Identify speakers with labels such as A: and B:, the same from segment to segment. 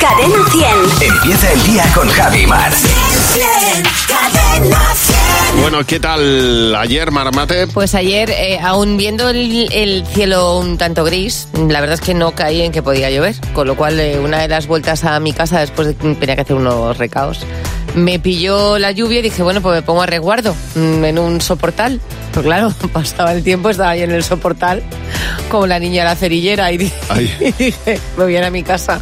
A: Cadena 100.
B: Empieza el día con Javi Mar.
A: Cadena 100.
C: Bueno, ¿qué tal ayer, Marmate?
D: Pues ayer, eh, aún viendo el, el cielo un tanto gris, la verdad es que no caí en que podía llover. Con lo cual, eh, una de las vueltas a mi casa, después de que tenía que hacer unos recaos, me pilló la lluvia y dije, bueno, pues me pongo a resguardo mm, en un soportal. Pero claro, pasaba el tiempo, estaba yo en el soportal como la niña de la cerillera y dije,
C: Ay.
D: y dije, me voy a ir a mi casa.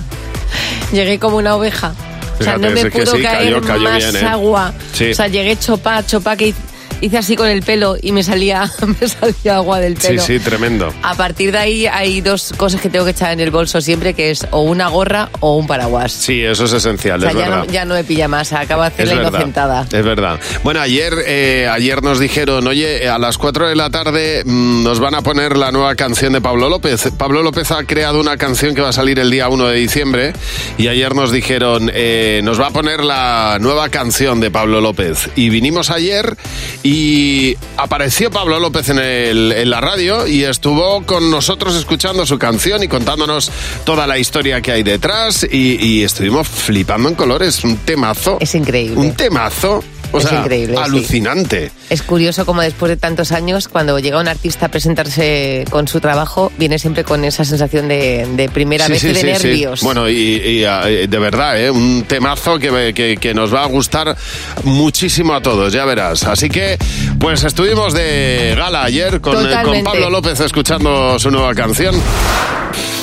D: Llegué como una oveja. O sea,
C: Fíjate,
D: no
C: es
D: me
C: que
D: pudo
C: sí,
D: caer
C: cayó- cayó
D: más
C: bien, ¿eh?
D: agua.
C: Sí.
D: O sea, llegué chopá, chopá, que hice así con el pelo y me salía, me salía agua del
C: Sí,
D: pelo.
C: sí, tremendo.
D: A partir de ahí hay dos cosas que tengo que echar en el bolso siempre, que es o una gorra o un paraguas.
C: Sí, eso es esencial,
D: o sea,
C: es
D: ya
C: verdad.
D: no, ya no me pilla más, acabo de hacer
C: Es
D: la
C: verdad, Eh.
D: inocentada.
C: es verdad. Bueno, ayer, eh, ayer nos dijeron, oye, a las 4 de la tarde mm, nos van a poner la nueva canción de Pablo López. Pablo López ha creado una canción que va a salir el día 1 de diciembre y ayer nos dijeron, eh, nos va a poner la nueva canción de Pablo López. Y vinimos ayer y apareció Pablo López en, el- en la radio y estuvo con nosotros escuchando su canción y contándonos toda la historia que hay detrás y, y estuvimos flipando en colores, un temazo.
D: Es increíble.
C: Un temazo. O
D: Es
C: sea,
D: increíble, sí.
C: alucinante.
D: Es curioso como después de tantos años, cuando llega un artista a presentarse con su trabajo, viene siempre con esa sensación de, de primera
C: Sí,
D: vez
C: sí,
D: y de
C: sí, sí.
D: nervios.
C: Bueno, y, y, ah, eh, de verdad, ¿eh? un temazo que, que- que nos va a gustar muchísimo a todos, ya verás. Así que, pues estuvimos de gala ayer con, eh, con
D: Totalmente.
C: Pablo López escuchando su nueva canción.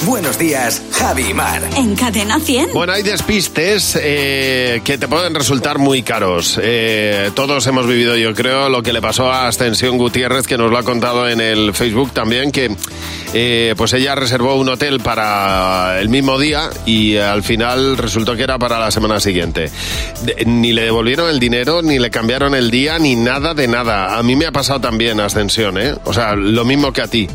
B: Buenos días, Javi Mar.
A: En Cadena 100.
C: Bueno, hay despistes eh, que te pueden resultar muy caros. Eh, todos hemos vivido, yo creo, lo que le pasó a Ascensión Gutiérrez, que nos lo ha contado en el Facebook también, que eh, pues ella reservó un hotel para el mismo día y al final resultó que era para la semana siguiente. De- ni le devolvieron el dinero, ni le cambiaron el día, ni nada de nada. A mí me ha pasado también Ascensión, ¿eh? O sea, lo mismo que a ti.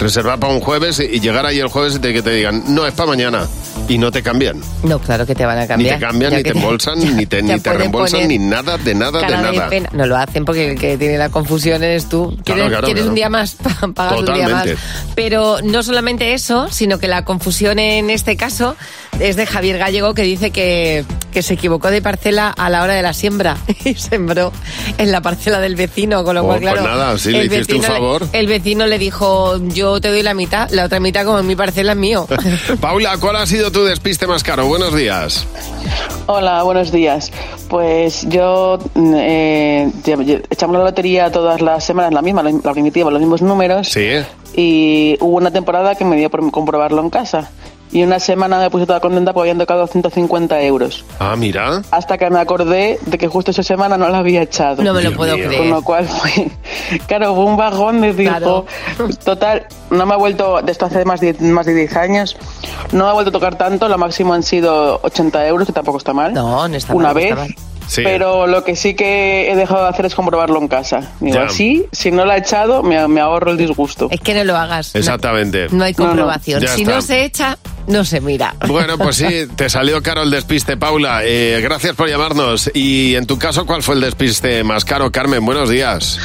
C: Reservar para un jueves y y llegar ahí el jueves y te- que te digan, no, es para mañana. Y no te cambian.
D: no, claro que te van a
C: Ni
D: cambiar.
C: te cambian,
D: ya
C: ni
D: que
C: te embolsan,
D: ya-
C: ni te, ni
D: ya
C: te
D: pueden
C: reembolsan,
D: poner
C: ni nada, de nada, de
D: cara de
C: nada.
D: pena. No lo hacen porque el que tiene la confusión eres tú. ¿Quieres,
C: claro,
D: quieres
C: claro.
D: un día más? Pagas un día más.
C: Totalmente.
D: Pero no solamente eso, sino que la confusión en este caso es de Javier Gallego que dice que, que se equivocó de parcela a la hora de la siembra y sembró en la parcela del vecino, con lo
C: Oh,
D: cual,
C: pues
D: claro.
C: nada, sí, le
D: el
C: hiciste un
D: vecino
C: favor.
D: El vecino le dijo, yo te doy la mitad, la otra mitad como en mi parcela es mío.
C: Paula, ¿cuál ha sido tu despiste más caro? Buenos días.
E: Hola, buenos días. Pues yo mm, eh, lle- lle- echamos la lotería todas las semanas, la misma, la la primitiva, los mismos números.
C: Sí.
E: Y hubo una temporada que me dio por comprobarlo en casa. Y una semana me puse toda contenta porque habían tocado 150 euros.
C: Ah, mira.
E: Hasta que me acordé de que justo esa semana no la había echado.
D: No me lo
C: Dios
D: puedo
C: mío.
D: creer.
E: Con lo cual fue, claro, fue un vagón de
D: Claro.
E: dijo, total, no me ha vuelto, de esto hace más de, más de 10 años, no me ha vuelto a tocar tanto, lo máximo han sido 80 euros, que tampoco está mal.
D: No, no está mal,
E: Una
D: no
E: vez.
D: está mal.
C: Sí.
E: Pero lo que sí que he dejado de hacer es comprobarlo en casa. Digo,
C: Ya.
E: así, si no la he echado, me, me ahorro el disgusto.
D: Es que no lo hagas. No-
C: Exactamente.
D: No hay
E: No, no.
D: comprobación.
C: Ya
D: si
C: está.
D: no se echa, no se mira.
C: Bueno, pues sí, te salió caro el despiste, Paula. Eh, gracias por llamarnos. Y en tu caso, ¿cuál fue el despiste más caro? Carmen, buenos días.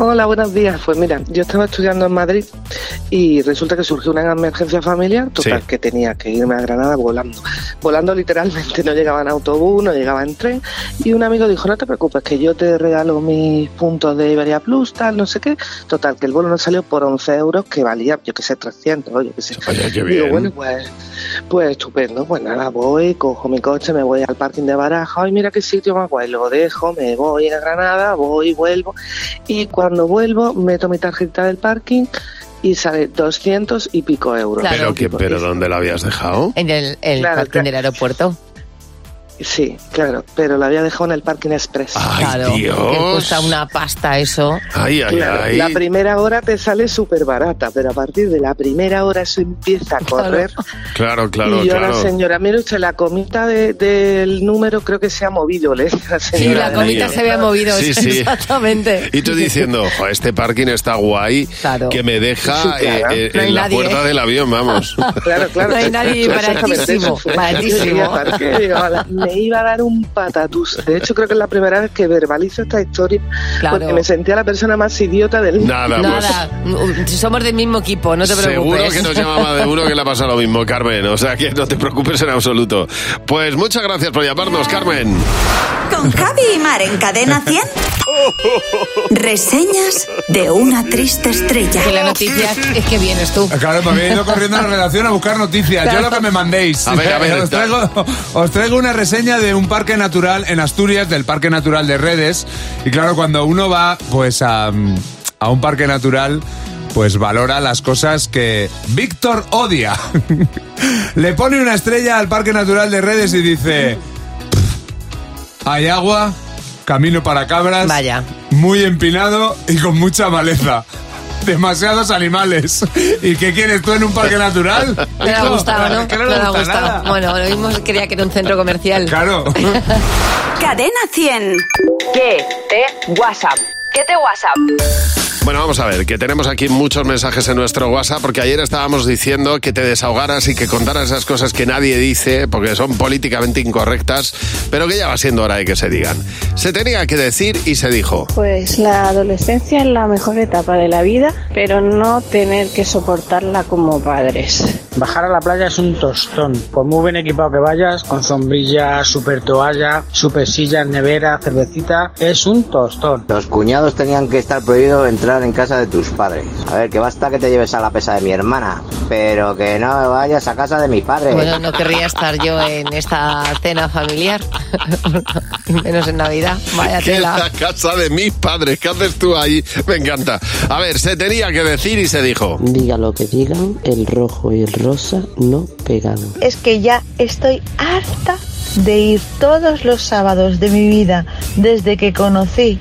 F: Hola, buenos días. Pues mira, yo estaba estudiando en Madrid y resulta que surgió una emergencia familiar, total
C: Sí.
F: que tenía que irme a Granada volando. Volando literalmente, no llegaba en autobús, no llegaba en tren y un amigo dijo, no te preocupes, que yo te regalo mis puntos de Iberia Plus, tal, no sé qué. Total, que el vuelo nos salió por 11 euros que valía, yo que sé, 300, yo que sé.
C: Oye, qué
F: Digo,
C: bien.
F: bueno, pues, pues estupendo. Pues nada, voy, cojo mi coche, me voy al parking de Baraja. Ay, mira qué sitio más guay. Lo dejo, me voy a Granada, voy, vuelvo. Y cuando vuelvo, meto mi tarjeta del parking y sale 200 y pico euros.
D: Claro.
C: pero, que- pero ¿dónde la habías dejado?
D: En el, el
F: Claro,
D: parking
F: claro.
D: del aeropuerto.
F: Sí, claro, pero lo había dejado en el parking express.
C: Ay,
D: claro.
C: Dios.
D: Que cuesta una pasta eso.
C: Ay, ay,
F: Claro,
C: ay.
F: la primera hora te sale súper barata, pero a partir de la primera hora eso empieza a correr
C: Claro, claro,
F: y yo
C: claro.
F: la señora, mire usted, la comita de- del número creo que se ha movido, le dice la
D: Sí,
F: señora.
D: la comita
C: mía.
D: se había movido.
C: Sí, sí.
D: Exactamente.
C: Y tú diciendo, "Jo, este parking está guay,
D: Claro.
C: que me deja
F: Sí, claro.
C: eh, eh,
D: No hay
C: en la
D: nadie,
C: puerta
D: ¿eh?
C: del avión, vamos.
F: Claro, claro.
D: No hay nadie
F: Exactamente,
D: baratísimo,
F: eso fue.
D: baratísimo.
F: Yo llegué al parque y digo, "Hola, me iba a dar un patatús. De hecho, creo que es la primera vez que verbalizo esta historia
D: Claro.
F: porque me sentía la persona más idiota del mundo.
C: Nada, pues.
D: Nada, mm, somos del mismo equipo, no te
C: Seguro
D: preocupes.
C: que nos llama más de uno que le ha pasado lo mismo, Carmen. O sea que no te preocupes en absoluto. Pues muchas gracias por llamarnos, Carmen.
A: Con Javi y Mar en Cadena 100. Reseñas de una triste estrella.
D: Que la noticia es que vienes tú.
G: Claro, me había ido corriendo a la redacción a buscar noticias. Yo lo que me mandéis.
C: A ver, a ver,
G: os, traigo, os traigo una reseña de un parque natural en Asturias, del Parque Natural de Redes. Y claro, cuando uno va pues a, mm, a un parque natural, pues valora las cosas que Víctor odia. Le pone una estrella al Parque Natural de Redes y dice... Hay agua, camino para cabras.
D: Vaya.
G: Muy empinado y con mucha maleza. Demasiados animales. ¿Y qué quieres tú en un parque natural?
D: No le ha gustado, ¿no?
G: Es que no le
D: le ha
G: gusta nada.
D: gustado. Bueno, lo mismo creía que era un centro comercial.
G: Claro.
A: Cadena 100.
H: ¿Qué te WhatsApp? ¿Qué te WhatsApp?
C: Bueno, vamos a ver, que tenemos aquí muchos mensajes en nuestro WhatsApp, porque ayer estábamos diciendo que te desahogaras y que contaras esas cosas que nadie dice, porque son políticamente incorrectas, pero que ya va siendo hora de que se digan. Se tenía que decir y se dijo.
I: Pues la adolescencia es la mejor etapa de la vida, pero no tener que soportarla como padres.
J: Bajar a la playa es un tostón. Por muy bien equipado que vayas, con sombrilla, super toalla, super sillas, nevera, cervecita, es un tostón.
K: Los cuñados tenían que estar prohibido entrar en casa de tus padres. A ver, que basta que te lleves a la pesa de mi hermana, pero que no vayas a casa de mi padre.
D: Bueno, no querría estar yo en esta cena familiar, Y menos en Navidad. Vaya
C: Que es la
D: tela.
C: casa de mis padres? ¿Qué haces tú ahí? Me encanta. A ver, se tenía que decir y se dijo.
L: Diga lo que digan, el rojo y el rosa no pegan.
M: es que ya estoy harta de ir todos los sábados de mi vida desde que conocí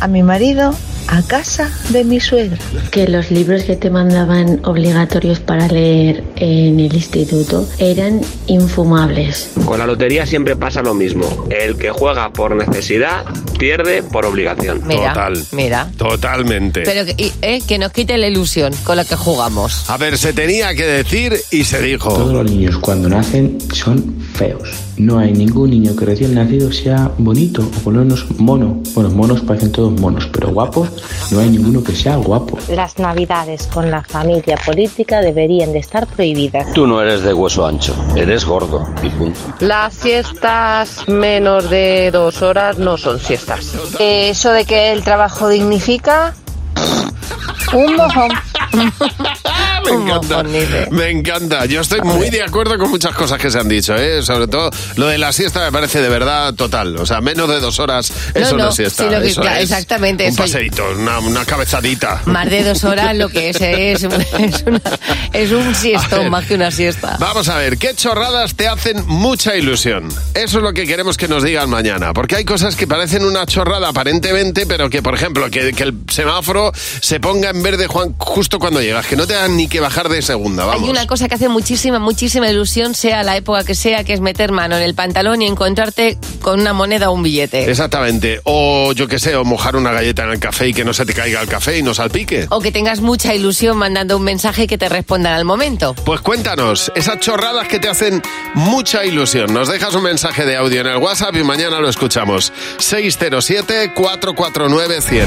M: a mi marido a casa de mi suegra.
N: que los libros que te mandaban obligatorios para leer en el instituto eran infumables.
O: Con la lotería siempre pasa lo mismo. El que juega por necesidad pierde por obligación.
D: Mira,
C: Total.
D: mira.
C: Totalmente.
D: Pero que, y, eh, que nos quite la ilusión con la que jugamos.
C: A ver, se tenía que decir y se dijo.
P: Todos los niños cuando nacen son feos. No hay ningún niño que recién nacido sea bonito o por lo menos mono. Bueno, monos parecen todos monos, pero guapos no hay ninguno que sea guapo.
M: Las navidades con la familia política deberían de estar prohibidas.
K: Tú no eres de hueso ancho, eres gordo y punto.
H: Las siestas menos de dos horas no son siestas.
M: Eso de que el trabajo dignifica... Un mojón.
C: Me
D: Un
C: encanta.
D: mojón, dice.
C: Me encanta. Yo estoy muy de acuerdo con muchas cosas que se han dicho, ¿eh? Sobre todo lo de la siesta me parece de verdad total. O sea, menos de dos horas
D: No,
C: es una
D: no,
C: siesta.
D: sí, lo que-
C: Eso
D: claro,
C: es
D: exactamente,
C: Un
D: eso-
C: paseíto, una, una cabezadita.
D: Más de dos horas lo que es eh, es, un- es, una- es un
C: A ver.
D: siestón más que una siesta.
C: Vamos a ver, ¿qué chorradas te hacen mucha ilusión? Eso es lo que queremos que nos digan mañana, porque hay cosas que parecen una chorrada aparentemente, pero que, por ejemplo, que, que el semáforo se ponga en verde, Juan, justo cuando llegas, que no te dan ni que bajar de segunda, vamos.
D: Hay una cosa que hace muchísima, muchísima ilusión, sea la época que sea, que es meter mano en el pantalón y encontrarte con una moneda o un billete.
C: Exactamente, o yo qué sé, o mojar una galleta en el café y que no se te caiga el café y no salpique.
D: O que tengas mucha ilusión mandando un mensaje y que te respondan al momento.
C: Pues cuéntanos, esas chorradas que te hacen mucha ilusión. Nos dejas un mensaje de audio en el WhatsApp y mañana lo escuchamos. 607-449-100.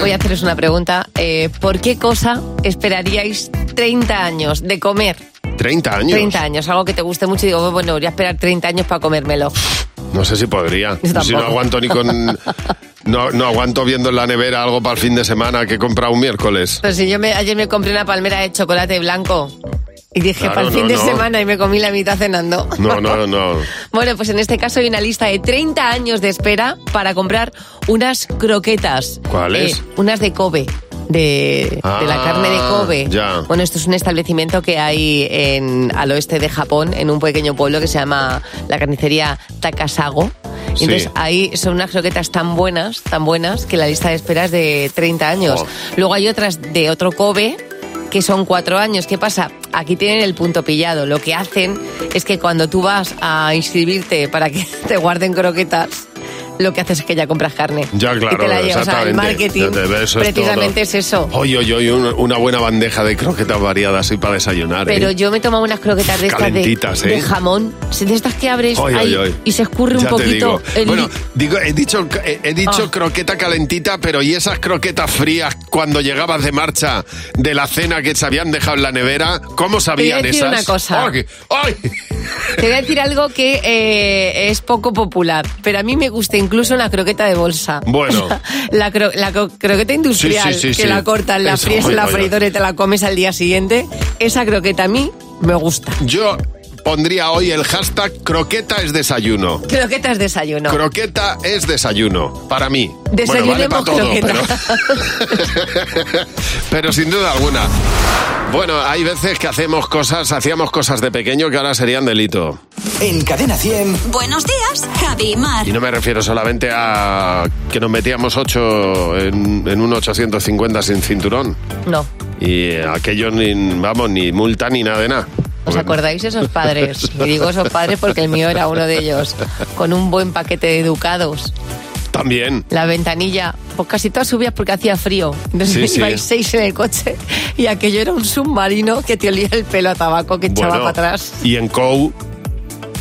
D: Voy a haceros una pregunta. eh, ¿Por qué cosa esperaríais 30 años de comer?
C: 30 años.
D: 30 años, algo que te guste mucho y digo, bueno, voy a esperar 30 años para comérmelo.
C: No sé si podría.
D: Yo tampoco.
C: Si no aguanto ni con. No, no aguanto viendo en la nevera algo para el fin de semana que he comprado un miércoles.
D: Pero si yo me, ayer me compré una palmera de chocolate blanco y dije
C: Claro,
D: para el fin
C: no,
D: de
C: no.
D: semana y me comí la mitad cenando.
C: No, no, no.
D: Bueno, pues en este caso hay una lista de 30 años de espera para comprar unas croquetas. Eh,
C: ¿Cuáles?
D: unas de Kobe. De,
C: Ah,
D: de la carne de Kobe.
C: ya.
D: Bueno, esto es un establecimiento que hay en, al oeste de Japón, en un pequeño pueblo que se llama la carnicería Takasago. Y
C: Sí.
D: Entonces ahí son unas croquetas tan buenas, tan buenas, que la lista de espera es de 30 años.
C: Jo.
D: Luego hay otras de otro Kobe que son cuatro años. ¿Qué pasa? Aquí tienen el punto pillado. Lo que hacen es que cuando tú vas a inscribirte para que te guarden croquetas, lo que haces es que ya compras carne.
C: Ya, claro,
D: Y te la llevas. O sea, el
C: exactamente.
D: marketing
C: Ya te- eso es
D: precisamente es eso.
C: Hoy, hoy, hoy, un- una buena bandeja de croquetas variadas y para desayunar. ¿eh?
D: Pero yo me tomo unas croquetas de estas de,
C: Calentitas, ¿eh?
D: de jamón, de estas que abres
C: Ay, ay,
D: ahí
C: ay.
D: y se escurre un
C: Ya te
D: poquito.
C: digo.
D: el
C: Bueno,
D: li-
C: digo, he dicho, eh, he dicho
D: Ah.
C: croqueta calentita, pero ¿y esas croquetas frías cuando llegabas de marcha de la cena que se habían dejado en la nevera? ¿Cómo sabían
D: decir
C: esas?
D: una cosa.
C: ¡Ay, qué- ay!
D: Te voy a decir algo que eh, es poco popular, pero a mí me gusta incluso una croqueta de bolsa.
C: Bueno.
D: La, cro- la co- croqueta
C: Sí,
D: industrial,
C: sí, sí,
D: que
C: sí.
D: la cortas, la
C: Eso,
D: fríes en la
C: oye, oye.
D: freidora y te la comes al día siguiente. Esa croqueta a mí me gusta.
C: Yo pondría hoy el hashtag croqueta es desayuno.
D: Croqueta es desayuno.
C: Croqueta es desayuno, para mí. Bueno, vale para
D: Desayunemos
C: todo, pero,
D: croqueta.
C: pero sin duda alguna. Bueno, hay veces que hacemos cosas, hacíamos cosas de pequeño que ahora serían delito.
B: En Cadena 100.
A: Buenos días, Javi y Mar.
C: Y no me refiero solamente a que nos metíamos ocho en, en un 850 sin cinturón.
D: No.
C: Y eh, aquello, ni, vamos, ni multa ni nada de nada.
D: ¿Os acordáis esos padres? Y digo esos padres porque el mío era uno de ellos. Con un buen paquete de educados.
C: También.
D: La ventanilla, pues casi todas subías porque hacía frío. Entonces
C: Sí, sí.
D: ibais seis en el coche y aquello era un submarino que te olía el pelo a tabaco que echaba
C: Bueno,
D: para atrás.
C: Y en COU,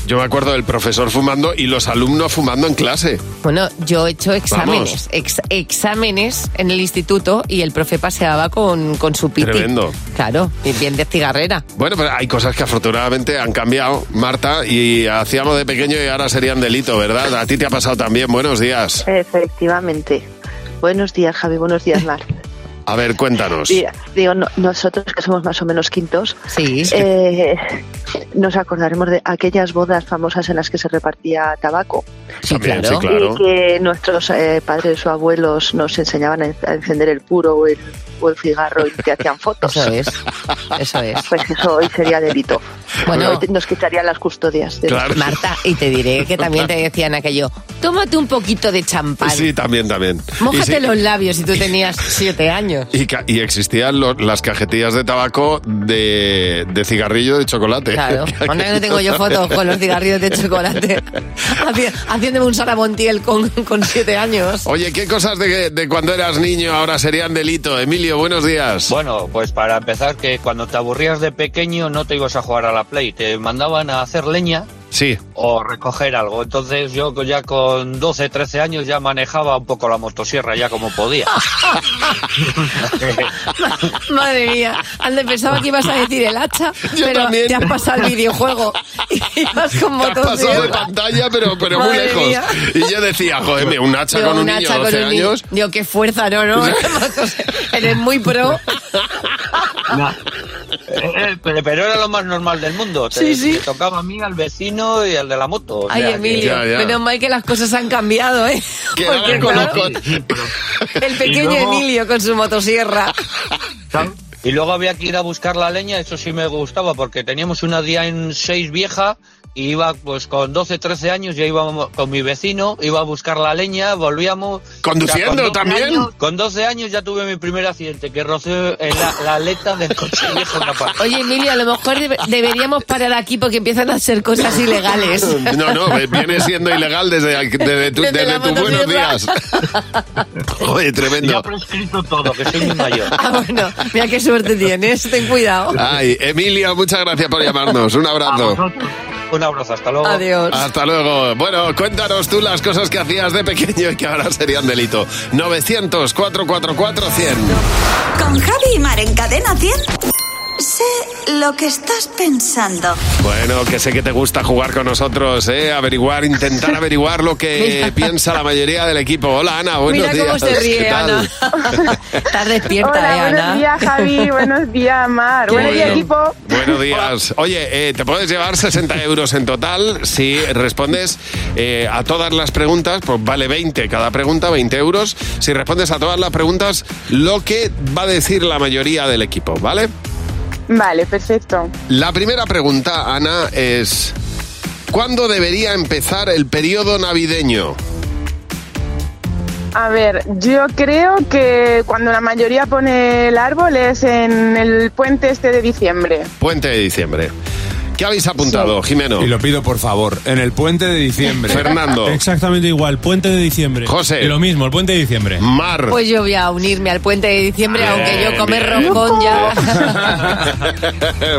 C: yo me acuerdo del profesor fumando y los alumnos fumando en clase.
D: Bueno, yo he hecho
C: Vamos.
D: exámenes, ex- exámenes en el instituto y el profe paseaba con, con su piti.
C: Tremendo.
D: Claro, y bien de cigarrera.
C: Bueno, pero hay cosas que afortunadamente han cambiado, Marta, y hacíamos de pequeño y ahora serían delito, ¿verdad? A ti te ha pasado también. Buenos días.
Q: Efectivamente. Buenos días, Javi. Buenos días, Mar.
C: A ver, cuéntanos.
Q: Mira, digo, no- nosotros que somos más o menos quintos,
D: sí.
I: Eh,
Q: Eh, nos acordaremos de aquellas bodas famosas en las que se repartía tabaco.
D: Sí,
C: También, claro. sí, claro.
Q: Y que nuestros eh, padres o abuelos nos enseñaban a en- a encender el puro o el, o el cigarro y te hacían fotos.
D: Eso es. Eso es.
Q: Pues eso hoy sería delito.
D: Bueno.
Q: Hoy nos quitarían las custodias. de los-
D: Marta, y te diré que también te decían aquello, tómate un poquito de champán.
C: Sí, también, también. Y
D: Mójate
C: sí,
D: los labios si tú tenías siete años.
C: Y, ca- y existían lo- las cajetillas de tabaco de, de cigarrillo de chocolate.
D: Claro. Bueno, yo no tengo yo fotos con los cigarrillos de chocolate. Haci- Haciéndome un Sara Montiel con, con siete años.
C: Oye, ¿qué cosas de, de cuando eras niño ahora serían delito? Emilio, buenos días.
R: Bueno, pues para empezar, que cuando te aburrías de pequeño no te ibas a jugar a la Play, te mandaban a hacer leña
C: Sí.
R: o recoger algo. Entonces yo ya con 12, 13 años ya manejaba un poco la motosierra, ya como podía.
D: Madre mía. Antes pensaba que ibas a decir el hacha,
C: Yo
D: pero
C: también.
D: te has pasado el videojuego. Ibas con
C: Te has pasado de
D: motosierra.
C: pantalla, pero, pero muy
D: Madre
C: lejos.
D: mía.
C: Y yo decía, joder, me- Eh, un hacha
D: Digo,
C: con un, niño
D: hacha
C: de
D: con
C: 12
D: un niño.
C: años.
D: Digo, qué fuerza, no, no. Eres muy pro.
R: Eh, pero pero era lo más normal del mundo. Te,
D: Sí, sí.
R: te tocaba a mí, al vecino y al de la moto. o
D: Ay,
R: sea que-
D: Emilio, menos mal que las cosas han cambiado, ¿eh?
R: Que ahora
D: Porque,
R: con los
D: claro, el pequeño
R: Y luego-
D: Emilio con su motosierra.
R: Y luego había que ir a buscar la leña, eso sí me gustaba, porque teníamos una día en seis vieja y iba pues con 12, 13 años, ya íbamos con mi vecino, iba a buscar la leña, volvíamos...
C: ¿Conduciendo
R: O sea, con 12
C: también?
R: años- con 12 años ya tuve mi primer accidente, que rocé en la, la aleta del coche viejo en la pared.
D: Oye, Emilio, a lo mejor debe- deberíamos parar aquí porque empiezan a hacer cosas ilegales.
C: No, no, eh, viene siendo ilegal desde, aquí- desde tu,
D: Desde
C: desde
D: la
C: tu buenos
D: motosierra.
C: días. Joder,
R: Ya
C: tremendo.
R: prescrito todo, que soy muy mayor.
D: Ah, bueno, mira qué suerte tienes, ten cuidado.
C: Ay, Emilio, muchas gracias por llamarnos. Un abrazo.
R: Un abrazo, hasta luego.
D: Adiós.
C: Hasta luego. Bueno, cuéntanos tú las cosas que hacías de pequeño y que ahora serían delito. 900 444 100.
A: Con Javi y Mar en Cadena 100. Sé lo que estás pensando.
C: Bueno, que sé que te gusta jugar con nosotros, ¿eh? Averiguar, intentar averiguar lo que piensa la mayoría del equipo. Hola, Ana, Ah, buenos
D: mira cómo
C: días.
D: se
C: ¿Qué
D: ríe,
C: tal?
D: Ana. Estás despierta,
S: Hola,
D: eh,
S: buenos
D: Ana.
S: días, Javi. Buenos días, Mar.
C: Qué
S: Buenos días,
C: bueno.
S: equipo.
C: Buenos días. Oye, eh, te puedes llevar 60 euros en total si respondes eh, a todas las preguntas, pues vale 20 cada pregunta, 20 euros. Si respondes a todas las preguntas, lo que va a decir la mayoría del equipo, ¿vale?
S: Vale, perfecto.
C: La primera pregunta, Ana, es ¿cuándo debería empezar el periodo navideño?
S: A ver, yo creo que cuando la mayoría pone el árbol es en el puente este de diciembre.
C: Puente de diciembre. ¿Qué ¿Qué habéis apuntado, Jimeno?
G: Y lo pido por favor, en el puente de diciembre.
C: Fernando.
T: Exactamente igual, puente de diciembre.
C: José.
T: Lo mismo, el puente de diciembre.
C: Mar.
D: Pues yo voy a unirme al puente de diciembre,
C: Bien,
D: aunque yo comer
C: bien.
D: roncón ya.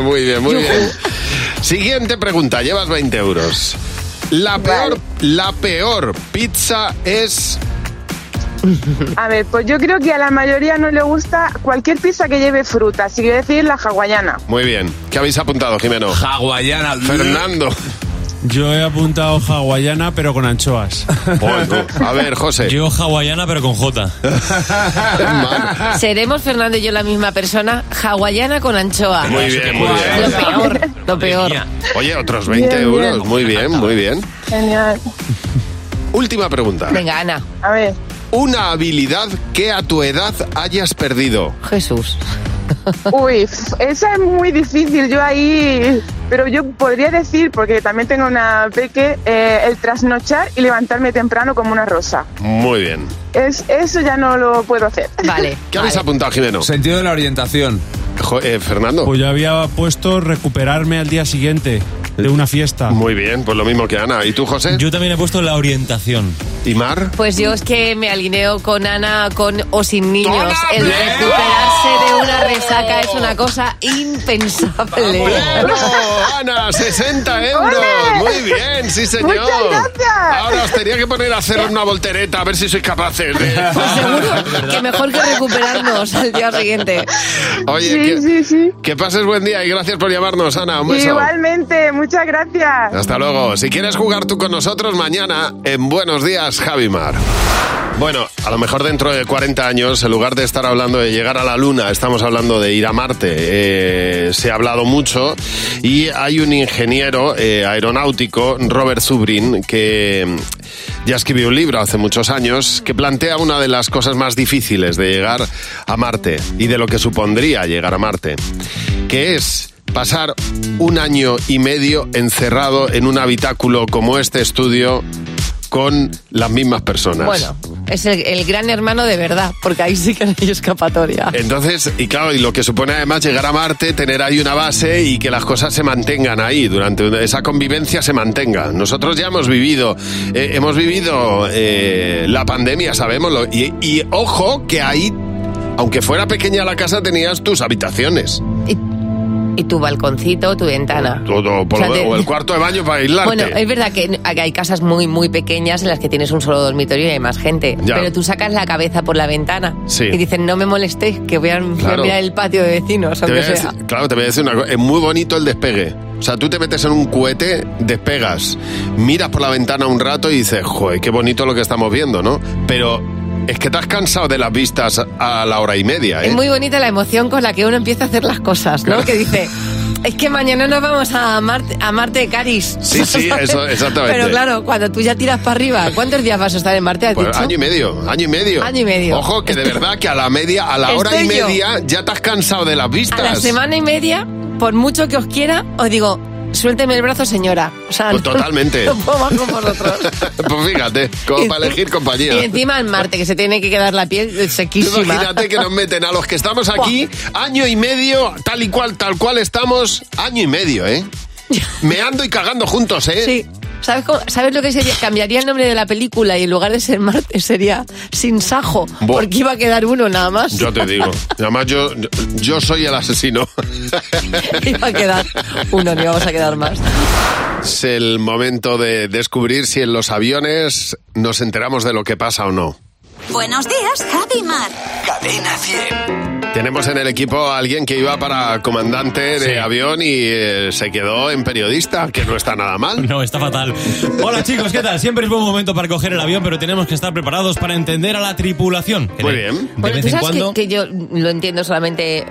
C: muy bien, muy bien. Siguiente pregunta, llevas 20 euros. La peor, la peor pizza es...
S: A ver, pues yo creo que a la mayoría no le gusta cualquier pizza que lleve fruta, así que voy a decir la hawaiana.
C: Muy bien, ¿qué habéis apuntado, Jimeno?
G: Hawaiana.
C: Fernando.
T: Yo he apuntado hawaiana, pero con anchoas.
C: Bueno, a ver, José.
T: Yo hawaiana, pero con J.
D: Seremos Fernando y yo la misma persona, hawaiana con anchoa.
C: Muy bien, muy bien.
D: Lo peor, lo peor.
C: Oye, otros 20
D: Bien,
C: euros.
D: bien.
C: Muy bien, muy bien.
S: Genial.
C: Última pregunta.
D: Venga, Ana.
S: A ver.
C: Una habilidad que a tu edad hayas perdido.
D: Jesús.
S: Uy, f- esa es muy difícil, yo ahí... Pero yo podría decir, porque también tengo una peque, eh, el trasnochar y levantarme temprano como una rosa.
C: Muy bien.
S: Es, eso ya no lo puedo hacer.
D: Vale.
C: ¿Qué habéis apuntado, Jimeno? eh,
G: Sentido de la orientación.
C: Fernando.
T: Pues yo había puesto recuperarme al día siguiente de una fiesta.
C: Muy bien, pues lo mismo que Ana. ¿Y tú, José?
T: Yo también he puesto la orientación.
C: ¿Y Mar?
D: Pues yo es que me alineo con Ana, con o sin niños. El
C: ¡Bien!
D: recuperarse de una resaca es una cosa impensable.
C: ¡Oh, Ana, 60 euros.
D: ¡Ole!
C: Muy bien, sí, señor.
D: Muchas gracias.
C: Ahora os tenía que poner a hacer una voltereta, a ver si sois capaces. de-
D: Pues Que mejor que recuperarnos al día siguiente.
C: Oye,
D: Sí,
C: que,
S: sí,
C: que pases buen día y gracias por llamarnos, Ana. Un beso.
S: Igualmente, muchas gracias.
C: Hasta luego. Si quieres jugar tú con nosotros mañana en Buenos Días, Javimar. Bueno, a lo mejor dentro de 40 años, en lugar de estar hablando de llegar a la Luna, estamos hablando de ir a Marte. Eh, se ha hablado mucho y hay un ingeniero eh, aeronáutico, Robert Zubrin, que mm, ya escribió un libro hace muchos años que plantea una de las cosas más difíciles de llegar a Marte y de lo que supondría llegar a Marte, que es pasar un año y medio encerrado en un habitáculo como este estudio con las mismas personas.
D: Bueno, es el, el gran hermano de verdad, porque ahí sí que no hay escapatoria.
C: Entonces, y claro, y lo que supone además llegar a Marte, tener ahí una base y que las cosas se mantengan ahí, durante una- esa convivencia se mantenga. Nosotros ya hemos vivido, eh, hemos vivido eh, la pandemia, sabémoslo, y, y ojo que ahí, aunque fuera pequeña la casa, tenías tus habitaciones,
D: Y tu balconcito, tu ventana.
C: o, o por
D: O sea,
C: lo menos-
D: te-
C: o el cuarto de baño para aislarte.
D: Bueno, es verdad que hay hay casas muy, muy pequeñas en las que tienes un solo dormitorio y hay más gente.
C: Ya.
D: Pero tú sacas la cabeza por la ventana
C: Sí.
D: y dicen, no me molestéis, que voy a, voy a
C: Claro.
D: mirar el patio de vecinos,
C: Te voy
D: aunque
C: a
D: sea.
C: decir- claro, te voy a decir una cosa. Es muy bonito el despegue. O sea, tú te metes en un cohete, despegas, miras por la ventana un rato y dices, joder, qué bonito lo que estamos viendo, ¿no? Pero es que te has cansado de las vistas a la hora y media, ¿eh?
D: Es muy bonita la emoción con la que uno empieza a hacer las cosas, ¿no? Que dice, es que mañana nos vamos a Marte, a Marte Caris.
C: Sí, sí,
D: ¿sabes?
C: eso- exactamente.
D: Pero claro, cuando tú ya tiras para arriba, ¿cuántos días vas a estar en Marte? has
C: Pues
D: dicho?
C: año y medio, año y medio.
D: Año y medio.
C: Ojo, que de verdad que a la media, a la hora y
D: Estoy yo.
C: media, ya te has cansado de las vistas.
D: A la semana y media, por mucho que os quiera, os digo, suélteme el brazo, señora. O sea,
C: Pues
D: no-
C: totalmente.
D: no puedo más con vosotros.
C: pues fíjate, como para elegir
D: Y
C: compañía.
D: encima en Marte, que se tiene que quedar la piel sequísima.
C: Imagínate que nos meten a los que estamos aquí año y medio, tal y cual, tal cual estamos, año y medio, ¿eh? Meando y cagando juntos, ¿eh?
D: Sí. ¿Sabes, cómo- sabes lo que sería? Cambiaría el nombre de la película y en lugar de ser Marte sería Sin Sajo,
C: Buah.
D: porque iba a quedar uno nada más.
C: Yo te digo. Además, yo, yo soy el asesino.
D: iba a quedar uno, no íbamos a quedar más.
C: Es el momento de descubrir si en los aviones nos enteramos de lo que pasa o no.
A: Buenos días, Javi Mar. Cadena 100.
C: Tenemos en el equipo a alguien que iba para comandante de avión y eh, se quedó en periodista, que no está nada mal.
T: No, está fatal. Hola chicos, ¿qué tal? Siempre es buen momento para coger el avión, pero tenemos que estar preparados para entender a la tripulación.
C: Muy bien.
T: De
D: Bueno,
T: vez
D: tú
T: en
D: sabes que-
T: cuando.
D: que, yo lo entiendo solamente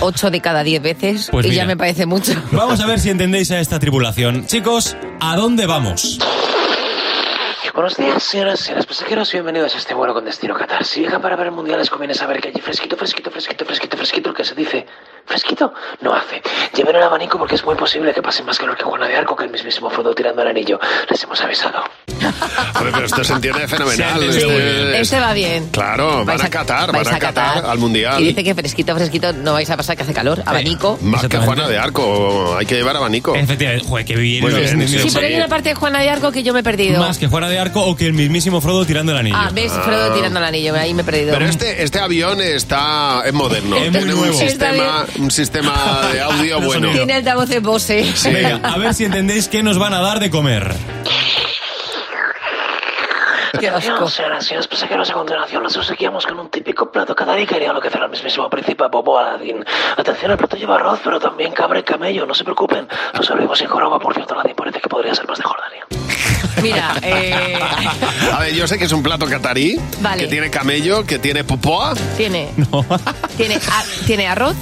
D: 8 de cada 10 veces
T: Pues
D: y
T: mira.
D: ya me parece mucho.
T: Vamos a ver si entendéis a esta tripulación. Chicos, ¿a dónde vamos?
U: Buenos días, señoras y señores pasajeros. Bienvenidos a este vuelo con destino a Qatar. Si llega para ver mundiales, conviene saber que allí fresquito, fresquito, fresquito, fresquito, fresquito, el que se dice fresquito, no hace. Lleven el abanico porque es muy posible que pase más calor que Juana de Arco que el mismísimo Frodo tirando el anillo. Les hemos avisado.
C: Hombre, pero esto este se entiende fenomenal.
D: Sí,
C: Este-
D: este va bien.
C: Claro, van
D: Vais
C: a Qatar, van
D: vais
C: a Qatar al Mundial.
D: Y dice que fresquito, fresquito, no vais a pasar que hace calor, abanico.
C: Más que Juana de Arco, hay que llevar abanico.
T: Efectivamente, joder, que bien.
C: Oh. Muy
T: lo has
C: bien,
T: entendido.
D: Sí, pero hay una parte de Juana de Arco que yo me he perdido.
T: Más que fuera de arco o que el mismísimo Frodo tirando el anillo.
D: Ah, ves, Frodo tirando el anillo, ahí me he perdido.
C: Pero este, este avión está Ah, es moderno.
T: Es muy
C: Tiene un
T: nuevo.
C: sistema,
D: Está
C: un sistema de audio
T: Ah, No
C: bueno.
T: sonido.
D: Tiene altavoces Bose.
T: Venga, a ver si entendéis qué nos van a dar de comer.
D: Qué asco.
U: Señoras y señores pasajeros, a continuación nos obsequiamos con un típico plato catarí que haría lo que el mismísimo príncipe Bobo Aladdin. Atención, el plato lleva arroz, pero también cabra y camello, no se preocupen. Lo servimos sin joroba, por cierto, Aladdin parece que podría ser más de Jordania.
D: Mira, eh,
C: A ver, yo sé que es un plato catarí,
D: Vale.
C: que tiene camello, que tiene popoa.
D: tiene, tiene, a- tiene arroz,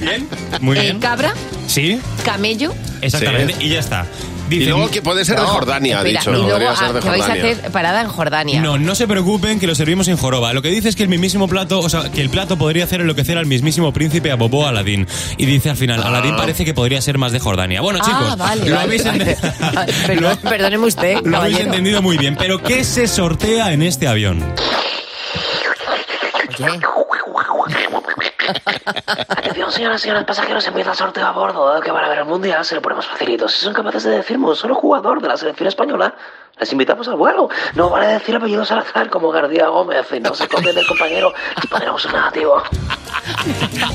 T: Bien, muy
D: eh,
T: bien.
D: cabra,
T: Sí,
D: camello.
T: exactamente, y ya está. Dice-
C: Y luego que puede ser de
D: No,
C: Jordania, ha
D: espera,
C: dicho.
D: Y luego
C: podría
D: ah,
C: ser de
D: que vais a
C: Jordania.
D: hacer parada en Jordania.
T: No, no se preocupen que lo servimos en joroba. Lo que dice es que el mismísimo plato, o sea, que el plato podría hacer enloquecer al mismísimo príncipe a Bobo Aladín. Y dice al final, Aladín parece que podría ser más de Jordania. Bueno, chicos,
D: ah, vale.
T: lo
D: vale,
T: habéis
D: vale.
T: entendido.
D: Ah, perdón, perdóneme usted,
T: Lo habéis
D: caballero.
T: entendido muy bien, pero ¿qué se sortea en este avión?
U: Atención, señoras y señores pasajeros, empieza el sorteo a bordo. Dado que van a ver el mundial, se lo ponemos facilito. Si son capaces de decirme un solo jugador de la selección española, les invitamos al vuelo. No vale decir apellidos al azar como García Gómez. No se conden el compañero y pondremos un negativo.
C: O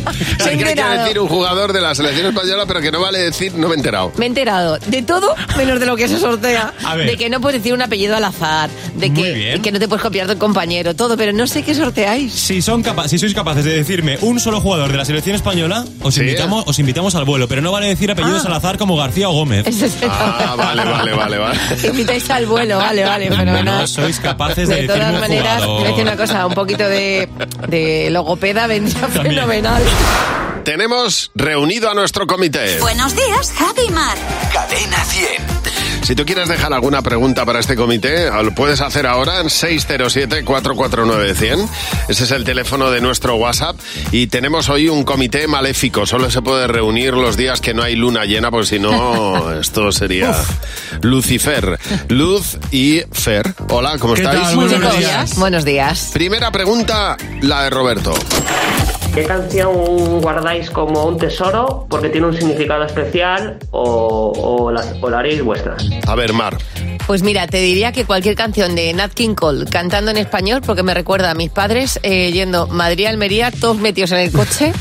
C: sea, que hay que
D: enterado.
C: decir un jugador de la selección española, pero que no vale decir, no me he enterado.
D: Me he enterado de todo menos de lo que se sortea.
C: A ver.
D: De que no puedes decir un apellido al azar, de que, que no te puedes copiar del compañero, todo, pero no sé qué sorteáis.
T: Si, son capa- si sois capaces de decirme un solo jugador de la selección española, os, invitamos, os invitamos al vuelo, pero no vale decir apellidos
D: Ah.
T: al azar como García o Gómez.
D: Eso es-
C: Ah, vale, vale, vale, vale.
D: Invitáis al vuelo, vale, vale, fenomenal.
T: No sois capaces de,
D: De
T: decirme
D: todas
T: un
D: maneras,
T: jugador.
D: voy a decir una cosa, un poquito de, de logopeda vendría fenomenal.
C: Tenemos reunido a nuestro comité.
A: Buenos días, Javi y Mar.
B: Cadena 100.
C: Si tú quieres dejar alguna pregunta para este comité, lo puedes hacer ahora en 607-449-100. Ese es el teléfono de nuestro WhatsApp. Y tenemos hoy un comité maléfico. Solo se puede reunir los días que no hay luna llena, porque si no, esto sería Lucifer. Luz y Fer. Hola, ¿cómo estáis?
D: Buenos días. Buenos días.
C: Primera pregunta, la de Roberto.
E: ¿Qué canción guardáis como un tesoro porque tiene un significado especial o, o la, o la haréis vuestra?
C: A ver, Mar.
D: Pues mira, te diría que cualquier canción de Nat King Cole cantando en español, porque me recuerda a mis padres eh, yendo Madrid-Almería, todos metidos en el coche,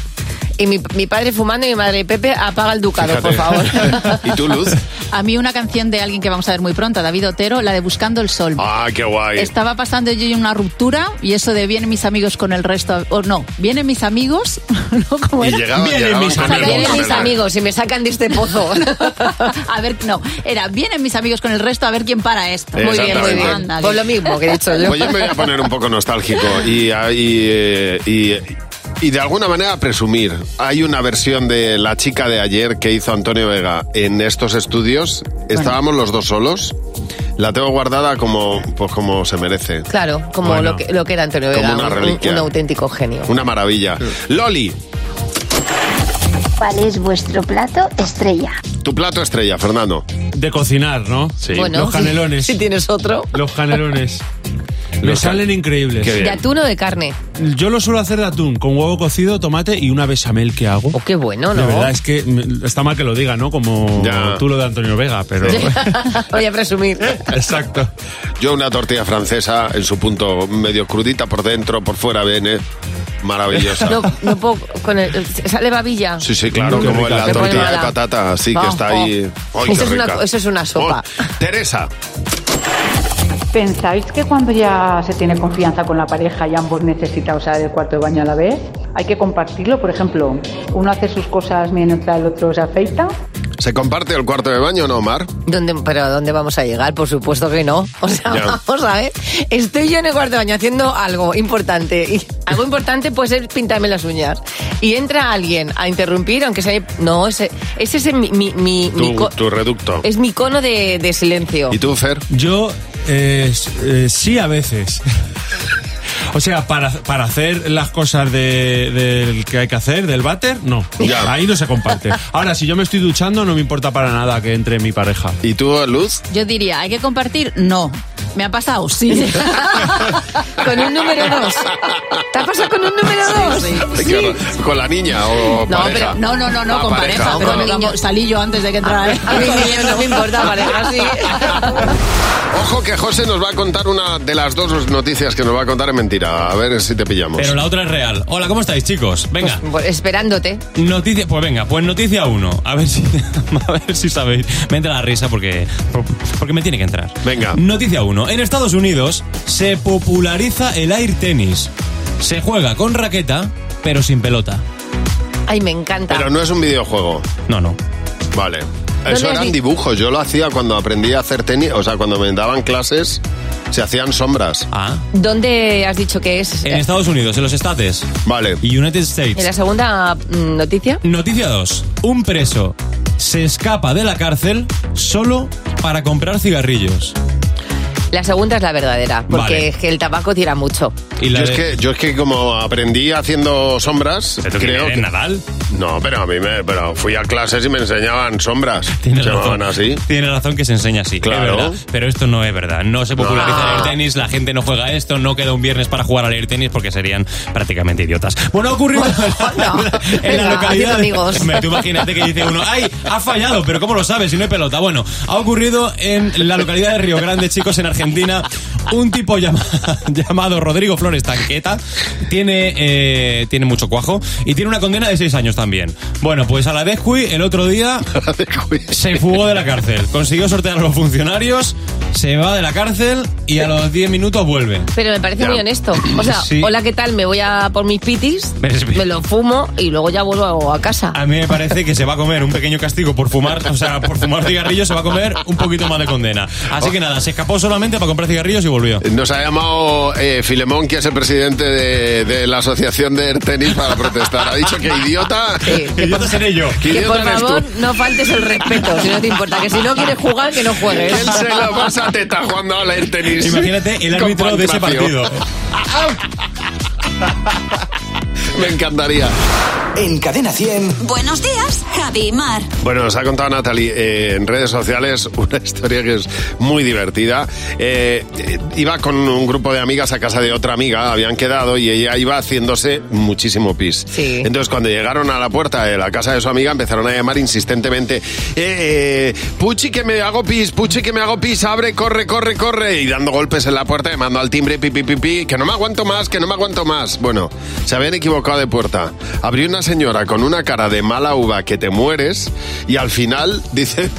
D: y mi, mi padre fumando y mi madre Pepe apaga el ducado, por favor.
C: ¿Y tú, Luz?
V: A mí una canción de alguien que vamos a ver muy pronto, David Otero, la de Buscando el Sol.
C: Ah, qué guay.
V: Estaba pasando yo una ruptura y eso de vienen mis amigos con el resto, o no, vienen mis amigos, ¿no? ¿Cómo
C: Y
V: era?
C: llegaban,
D: Vienen
C: llegaban
D: mis
C: con el
D: amigos. Vienen
C: bolso
D: mis
C: del-
D: amigos y me sacan de este pozo.
V: a ver, no, era vienen mis amigos con el resto a ver quién para esto.
C: Muy bien, muy bien.
V: Ándale.
D: Pues lo mismo que he dicho yo.
C: Pues yo me voy a poner un poco nostálgico y, y, eh, y- y de alguna manera presumir. Hay una versión de La chica de ayer que hizo Antonio Vega en estos estudios. Estábamos los dos solos. La tengo guardada como, pues como se merece.
D: Claro, como
C: Bueno.
D: lo, que, lo que era Antonio
C: Como
D: Vega,
C: una
D: un- un-
C: reliquia.
D: un auténtico genio.
C: Una maravilla. Loli,
W: ¿Cuál es vuestro plato estrella?
C: tu plato estrella, Fernando.
X: De cocinar, ¿no? Sí.
D: Bueno,
X: los canelones.
D: Si tienes otro.
X: Los canelones. Me salen increíbles.
D: ¿De atún o de carne?
X: Yo lo suelo hacer de atún, con huevo cocido, tomate y una bechamel que hago.
D: Oh, qué bueno,
X: De
D: ¿no?
X: verdad, es que mm, está mal que lo diga, ¿no? Como
C: Ya.
X: tú lo de Antonio Vega, pero...
D: Voy a presumir.
C: Exacto. Yo una tortilla francesa en su punto medio crudita por dentro, por fuera bien, ¿eh? maravillosa.
D: No, no puedo. Con el, ¿Sale babilla?
C: Sí, sí, claro,
X: Qué
C: como
X: rica.
C: en la
X: Me pone
C: tortilla de
D: mala.
C: patata, así que
D: Ojo.
C: está ahí. Ay,
D: eso,
C: qué
D: es una,
C: rica.
D: eso es una sopa.
C: Teresa,
Y: ¿Pensáis que cuando ya se tiene confianza con la pareja y ambos necesitan usar el cuarto de baño a la vez? Hay que compartirlo, por ejemplo, uno hace sus cosas mientras el otro se afeita.
C: ¿se comparte el cuarto de baño o no, Mar?
D: ¿Dónde, pero ¿a dónde vamos a llegar? Por supuesto que no. O sea,
C: Ya.
D: vamos a ver. Estoy yo en el cuarto de baño haciendo algo importante. Y algo importante puede ser pintarme las uñas. Y entra alguien a interrumpir, aunque sea... No, ese, ese es mi... mi, mi- mi
C: Tu,
D: co-
C: tu reducto.
D: es mi cono de, de silencio.
C: ¿Y tú, Fer?
X: Yo eh, s- eh, sí a veces. O sea, para, para hacer las cosas de- del que hay que hacer, del váter, no. Ahí no se comparte. Ahora, si yo me estoy duchando, no me importa para nada que entre mi pareja.
C: ¿Y tú, Luz?
V: Yo diría, ¿hay que compartir? No. Me ha pasado, sí.
D: con un número dos. ¿Te ha pasado con un número dos?
C: Ay, qué horror. ¿Con la niña o
V: No,
C: pareja?
V: pero no, no, no, no
C: Ah,
V: con pareja, pero
C: vale.
V: digamos, salí yo antes de que entrara.
D: A mí no me importa, pareja, sí.
C: Ojo que José nos va a contar una de las dos noticias que nos va a contar en mentira. A ver si te pillamos.
T: Pero la otra es real. Hola, ¿cómo estáis, chicos? Venga.
D: Pues Esperándote.
T: Noticia, pues venga, pues noticia 1. A ver si a ver si sabéis. Me entra la risa porque porque me tiene que entrar.
C: Venga.
T: Noticia 1. En Estados Unidos se populariza el air tennis. Se juega con raqueta, pero sin pelota.
D: Ay, me encanta.
C: Pero no es un videojuego.
T: No, no.
C: Vale.
D: ¿Dónde
C: Eso
D: has
C: eran
D: visto?
C: dibujos. Yo lo hacía cuando aprendí a hacer tenis. O sea, cuando me daban clases, se hacían sombras.
T: Ah.
D: ¿Dónde has dicho que es?
T: En Estados Unidos, en los estates.
C: Vale.
T: United States.
D: En la segunda mm, noticia.
T: Noticia 2. Un preso se escapa de la cárcel solo para comprar cigarrillos.
D: La segunda es la verdadera, porque
C: Vale.
D: es que el tabaco tira mucho.
C: yo, es que, yo es que como aprendí haciendo sombras, creo
T: eres,
C: que...
T: Nadal?
C: No, pero a mí me... Pero fui a clases y me enseñaban sombras.
T: Tienes
C: Se llamaban
T: razón.
C: así.
T: Tiene razón que se enseña así.
C: Claro.
T: es verdad. Pero esto no es verdad. No se populariza el air tenis, la gente no juega esto, no queda un viernes para jugar al air tenis porque serían prácticamente idiotas. Bueno, ha ocurrido en la
D: venga,
T: localidad.
D: haciendo amigos.
T: Me- tú imagínate que dice uno, ¡ay! Ha fallado, pero ¿cómo lo sabes si no hay pelota? Bueno, ha ocurrido en la localidad de Río Grande, chicos, en Argentina. Un tipo llama- llamado Rodrigo Flores Tanqueta tiene, eh, tiene mucho cuajo y tiene una condena de seis años también. Bueno, pues a la Descuy el otro día se fugó de la cárcel, consiguió sortear a los funcionarios, se va de la cárcel y a los 10 minutos vuelve.
D: Pero me parece
T: Ya.
D: muy honesto. O sea,
T: Sí.
D: hola, ¿qué tal? Me voy a por mis pitis,
T: Pero es-
D: me lo fumo y luego ya vuelvo a casa.
T: A mí me parece que se va a comer un pequeño castigo por fumar, o sea, por fumar cigarrillos se va a comer un poquito más de condena. Así que nada, se escapó solamente para comprar cigarrillos y volvió.
C: Nos ha llamado eh, Filemón, que es el presidente de, de la Asociación de Tenis, para protestar. Ha dicho que idiota.
T: Que idiota seré yo.
C: Que
D: Que
C: idiota
D: por
C: eres tú.
D: favor no faltes el respeto, si no te importa. Que si no quieres jugar, que no juegues.
C: Él se la pasa teta jugando al air tenis.
T: Imagínate el
C: Con
T: árbitro de ese
C: Pancracio.
T: partido.
C: Me encantaría.
B: En Cadena 100.
A: Buenos días, Javi y Mar.
C: Bueno, nos ha contado Natalie eh, en redes sociales una historia que es muy divertida. Eh, eh, iba con un grupo de amigas a casa de otra amiga, habían quedado y ella iba haciéndose muchísimo pis. Entonces, cuando llegaron a la puerta de la casa de su amiga, empezaron a llamar insistentemente: eh, eh, Puchi, que me hago pis, Puchi, que me hago pis, abre, corre, corre, corre. Y dando golpes en la puerta, llamando al timbre: pi, pi, pi, pi, que no me aguanto más, que no me aguanto más. Bueno, se habían equivocado de puerta. Abrió una señora con una cara de mala uva que te mueres y al final dice...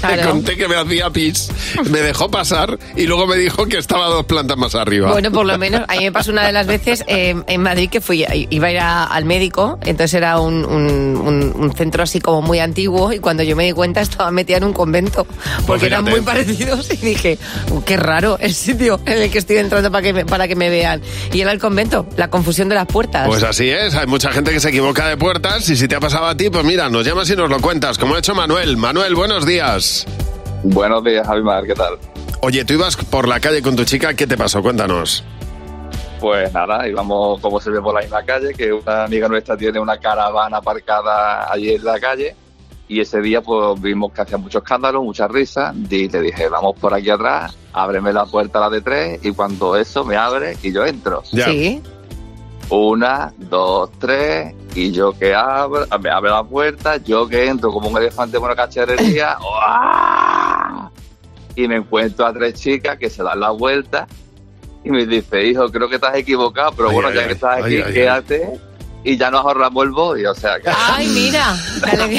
C: Le
D: Claro.
C: conté que me hacía pis, me dejó pasar y luego me dijo que estaba dos plantas más arriba.
D: Bueno, por lo menos, a mí me pasó una de las veces eh, en Madrid que fui, iba a ir a- al médico, entonces era un, un- un- un centro así como muy antiguo y cuando yo me di cuenta estaba metida en un convento,
C: Pues
D: porque eran
F: fíjate.
D: muy parecidos y dije, "Uh, qué raro el sitio en el que estoy entrando para que me, para que me vean. Y era el convento, la confusión de las puertas.
C: Pues así es, hay mucha gente que se equivoca de puertas y si te ha pasado a ti, pues mira, nos llamas y nos lo cuentas, como ha hecho Manuel. Manuel, buenos días.
I: Buenos días, Javi Mar, ¿qué tal?
C: Oye, tú ibas por la calle con tu chica, ¿qué te pasó? Cuéntanos.
I: Pues nada, íbamos como se ve por la misma calle, que una amiga nuestra tiene una caravana aparcada allí en la calle. Y ese día pues vimos que hacía mucho escándalo, muchas risas, y te dije, vamos por aquí atrás, ábreme la puerta a la de tres, y cuando eso me abre y yo entro.
D: Sí.
I: Una, dos, tres, y yo que abro, ah, me abre la puerta, yo que entro como un elefante en una cacharrería, ¡guau! y me encuentro a tres chicas que se dan la vuelta y me dice, hijo, creo que estás equivocado, pero
J: Ay,
I: bueno,
J: ay,
I: ya
J: ay.
I: que estás
J: Ay,
I: aquí,
J: ay, ay.
I: quédate y ya nos ahorramos el boy, o sea que...
D: Ay, mira, dale,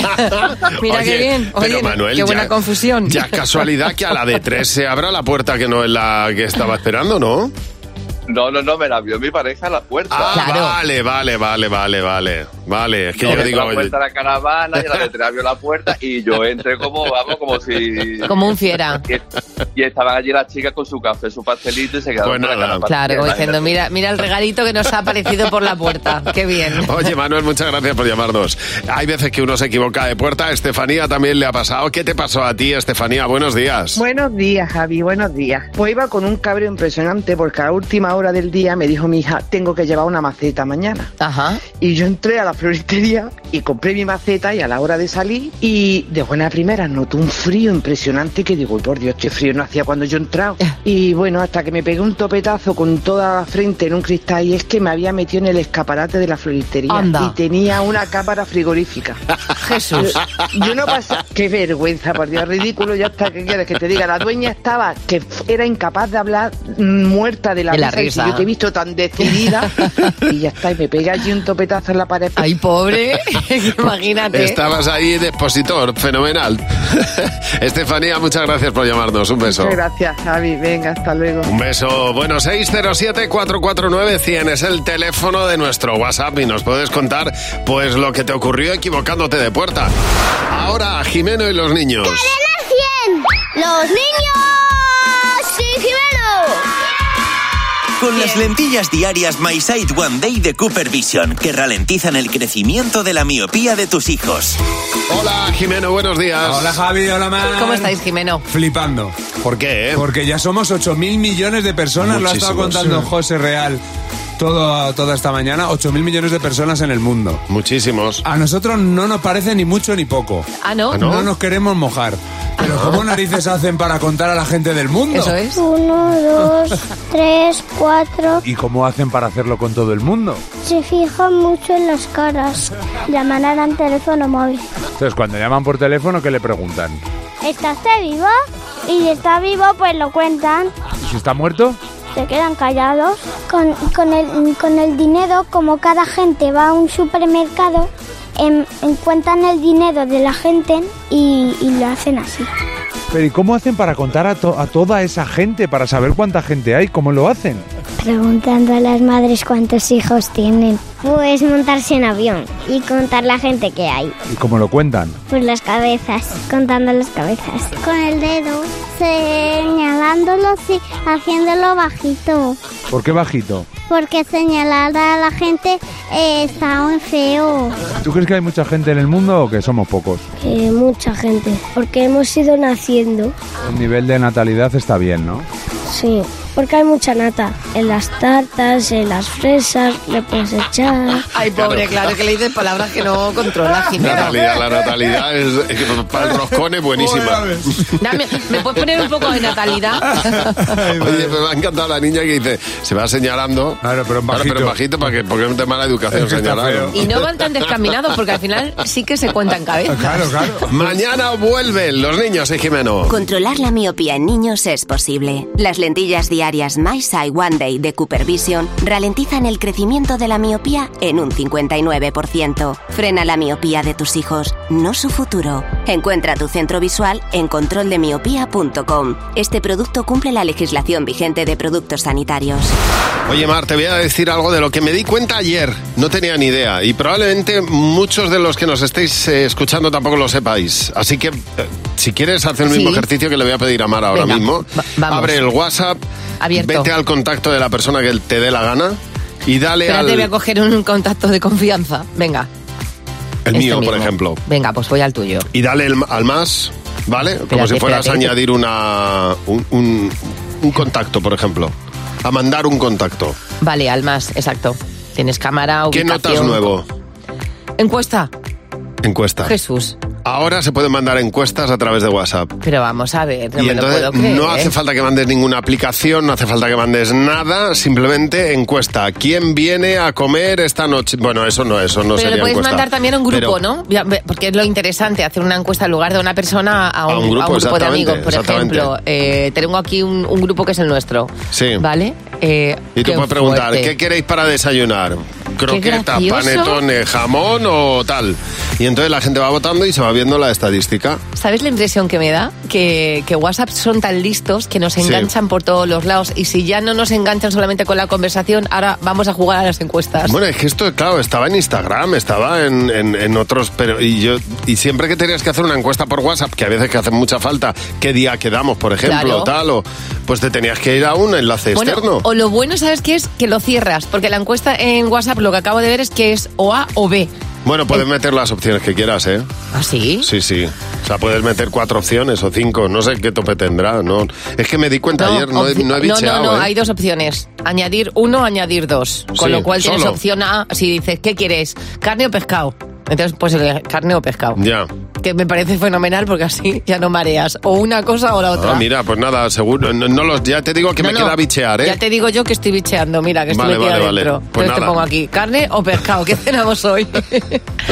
D: mira
C: Oye,
D: qué bien,
C: pero
D: Oye,
C: Manuel,
D: qué buena
C: ya-
D: confusión.
C: Ya es casualidad que a la de tres se abra la puerta que no es la que estaba esperando, ¿no?
I: No, no, no, me la vio mi pareja a la puerta.
C: Ah, vale, vale, vale, vale, vale. Vale, es que
I: No,
C: yo
I: me
C: digo...
I: la puerta a la caravana y la letra abrió la puerta y yo entré como, vamos, como si...
D: Como un fiera.
I: Y, y estaban allí las chicas con su café, su pastelito y se
C: Pues
I: quedaron con la
C: nada.
I: cara
D: Claro, como
I: partida.
D: diciendo, mira, mira el regalito que nos ha aparecido por la puerta. Qué bien.
C: Oye, Manuel, muchas gracias por llamarnos. Hay veces que uno se equivoca de puerta. A Estefanía también le ha pasado. ¿Qué te pasó a ti, Estefanía? Buenos días.
L: Buenos días, Javi, buenos días. Pues iba con un cabreo impresionante porque a última
F: hora del día me dijo mi hija, tengo que llevar una maceta mañana.
D: Ajá.
F: Y yo entré a la floristería y compré mi maceta y a la hora de salir y de buena primera noté un frío impresionante que digo, "Uy, por Dios, qué frío no hacía cuando yo entraba. Y bueno, hasta que me pegué un topetazo con toda la frente en un cristal y es que me había metido en el escaparate de la floristería
D: Anda.
F: y tenía una cámara frigorífica.
D: Jesús.
F: Yo, yo no pasa, qué vergüenza, por Dios, ridículo, ya hasta que quieres que te diga, la dueña estaba que era incapaz de hablar mm, muerta de la,
D: De la
F: y
D: risa.
F: si yo te he visto tan decidida y ya está, y me pega allí un topetazo en la pared.
D: Ay, pobre, imagínate.
C: Estabas ahí de expositor, fenomenal. Estefanía, muchas gracias por llamarnos. Un beso.
F: Muchas gracias, Javi, venga, hasta luego.
C: Un beso. Bueno, 607-449-100 es el teléfono de nuestro WhatsApp y nos puedes contar pues lo que te ocurrió equivocándote de puerta. Ahora, Jimeno y los niños.
J: ¡Los niños! ¡Sí,
B: Con las lentillas diarias My Sight One Day de Cooper Vision, que ralentizan el crecimiento de la miopía de tus hijos.
C: Hola, Jimeno, buenos días.
G: Hola, Javi, hola, Mar.
D: ¿Cómo estáis, Jimeno?
G: Flipando.
C: ¿Por qué? eh?
G: Porque ya somos 8.000 millones de personas, lo ha estado
C: Muchísimos.
G: contando José Real todo, toda esta mañana, 8.000 millones de personas en el mundo.
C: Muchísimos.
G: A nosotros no nos parece ni mucho ni poco.
D: Ah, ¿no? Ah.
G: No nos queremos mojar. Pero ¿cómo narices hacen para contar a la gente del mundo?
D: Eso es.
J: Uno, dos, tres, cuatro.
G: ¿Y cómo hacen para hacerlo con todo el mundo?
J: Se fijan mucho en las caras. Llamarán al teléfono móvil.
G: Entonces, cuando llaman por teléfono, ¿qué le preguntan?
J: ¿Estás vivo? Y si está vivo, pues lo cuentan.
G: ¿Y si está muerto?
J: Se quedan callados. Con, con el, con el dinero, como cada gente va a un supermercado, em, em, cuentan el dinero de la gente y, y lo hacen así.
L: Pero ¿y cómo hacen para contar a, to- a toda esa gente, para saber cuánta gente hay? ¿Cómo lo hacen?
J: Preguntando a las madres cuántos hijos tienen. Pues montarse en avión y contar la gente que hay.
L: ¿Y cómo lo cuentan?
J: Pues las cabezas, contando las cabezas. Con el dedo, señalándolo, sí, haciéndolo bajito.
L: ¿Por qué bajito?
J: Porque señalar a la gente eh, está muy feo.
L: ¿Tú crees que hay mucha gente en el mundo o que somos pocos?
J: Eh, mucha gente, porque hemos ido naciendo.
L: El nivel de natalidad está bien, ¿no?
J: Sí, porque hay mucha nata. En las tartas, en las fresas, le puedes echar.
D: Ay, pobre, claro, que le dices palabras que no controla,
C: La
D: Jimeno.
C: natalidad, la natalidad es, es que para el roscón es buenísima.
D: Dame, ¿Me puedes poner un poco de natalidad?
C: Oye, me ha encantado la niña que dice, se va señalando. Claro, pero en bajito. para que, porque es un tema de educación
G: Es que está
C: señalar.
D: Y no van tan descaminados porque al final sí que se cuentan cabezas.
C: Mañana vuelven los niños, eh, Jimeno.
N: Controlar la miopía en niños es posible. Las lentillas diarias My Sight One Day de Cooper Vision ralentizan el crecimiento de la miopía en un 59%. Frena la miopía de tus hijos, no su futuro. Encuentra tu centro visual en controldemiopía.com. Este producto cumple la legislación vigente de productos sanitarios.
C: Oye, Mar, te voy a decir algo de lo que me di cuenta ayer. No tenía ni idea. Y probablemente muchos de los que nos estéis eh, escuchando tampoco lo sepáis. Así que, eh, si quieres, haz el
D: Sí.
C: mismo ejercicio que le voy a pedir a Mar ahora
D: Venga,
C: mismo.
D: vamos.
C: Abre el WhatsApp.
D: Abierto.
C: Vete al contacto de la persona que te dé la gana. Y dale
D: Espérate, voy a
C: al.
D: coger un contacto de confianza. Venga,
C: El
D: este
C: mío, por
D: mismo.
C: ejemplo.
D: venga, pues voy al tuyo.
C: Y dale el- al más, ¿vale? Como
D: Espérate,
C: si fueras
D: espérate.
C: a añadir una, un, un- un contacto, por ejemplo. A mandar un contacto.
D: Vale, al más, exacto. Tienes cámara,
C: ¿Qué
D: ubicación.
C: notas nuevo?
D: Encuesta.
C: Encuesta.
D: Jesús.
C: Ahora se pueden mandar encuestas a través de WhatsApp.
D: Pero vamos a ver, no
C: y
D: me lo
C: entonces
D: puedo creer. ¿eh?
C: no hace falta que mandes ninguna aplicación, no hace falta que mandes nada, simplemente encuesta. ¿Quién viene a comer esta noche? Bueno, eso no, eso no
D: Pero
C: sería
D: le puedes
C: encuesta.
D: mandar también a un grupo,
C: Pero
D: ¿no? Ya, ve- Porque es lo interesante, hacer una encuesta en lugar de una persona a un,
C: A un grupo,
D: de
C: exactamente,
D: amigos. Por
C: exactamente.
D: ejemplo, eh, tengo aquí un, un grupo que es el nuestro.
C: Sí.
D: ¿Vale? Eh,
C: Y tú
D: qué
C: puedes preguntar,
D: fuerte.
C: ¿qué queréis para desayunar? Croquetas,
D: gracioso.
C: panetones, jamón o tal. Y entonces la gente va votando y se va viendo la estadística.
D: ¿Sabes la impresión que me da? Que, que WhatsApp son tan listos que nos
C: Sí.
D: enganchan por todos los lados. Y si ya no nos enganchan solamente con la conversación, ahora vamos a jugar a las encuestas.
C: Bueno, es que esto, claro, estaba en Instagram, estaba en, en- en otros, pero y yo y siempre que tenías que hacer una encuesta por WhatsApp, que a veces que hace mucha falta, qué día quedamos, por ejemplo,
D: Claro.
C: o tal, o pues te tenías que ir a un enlace
D: Bueno,
C: externo.
D: o lo bueno, ¿sabes qué es? Que lo cierras, porque la encuesta en WhatsApp lo que acabo de ver es que es o A o B.
C: Bueno, puedes meter las opciones que quieras, ¿eh?
D: ¿Ah, sí?
C: Sí, sí. O sea, puedes meter cuatro opciones o cinco, no sé qué tope tendrá. No. Es que me di cuenta ayer, no he,
D: opci-
C: no he
D: no,
C: bicheado.
D: no,
C: ¿eh?
D: hay dos opciones. Añadir uno, añadir dos. Con
C: Sí,
D: lo cual tienes
C: solo.
D: opción A, si dices, ¿qué quieres? ¿Carne o pescado? Entonces, pues el carne o pescado.
C: Ya.
D: Que me parece fenomenal porque así ya no mareas. O una cosa o la otra.
C: Ah, mira, pues nada, seguro. No, no los, ya te digo que
D: No,
C: me
D: no,
C: queda bichear, ¿eh?
D: Ya te digo yo que estoy bicheando, mira, que estoy
C: Vale,
D: metida
C: vale, vale.
D: dentro.
C: Pues
D: Entonces te
C: nada.
D: pongo aquí, ¿carne o pescado? ¿Qué cenamos hoy?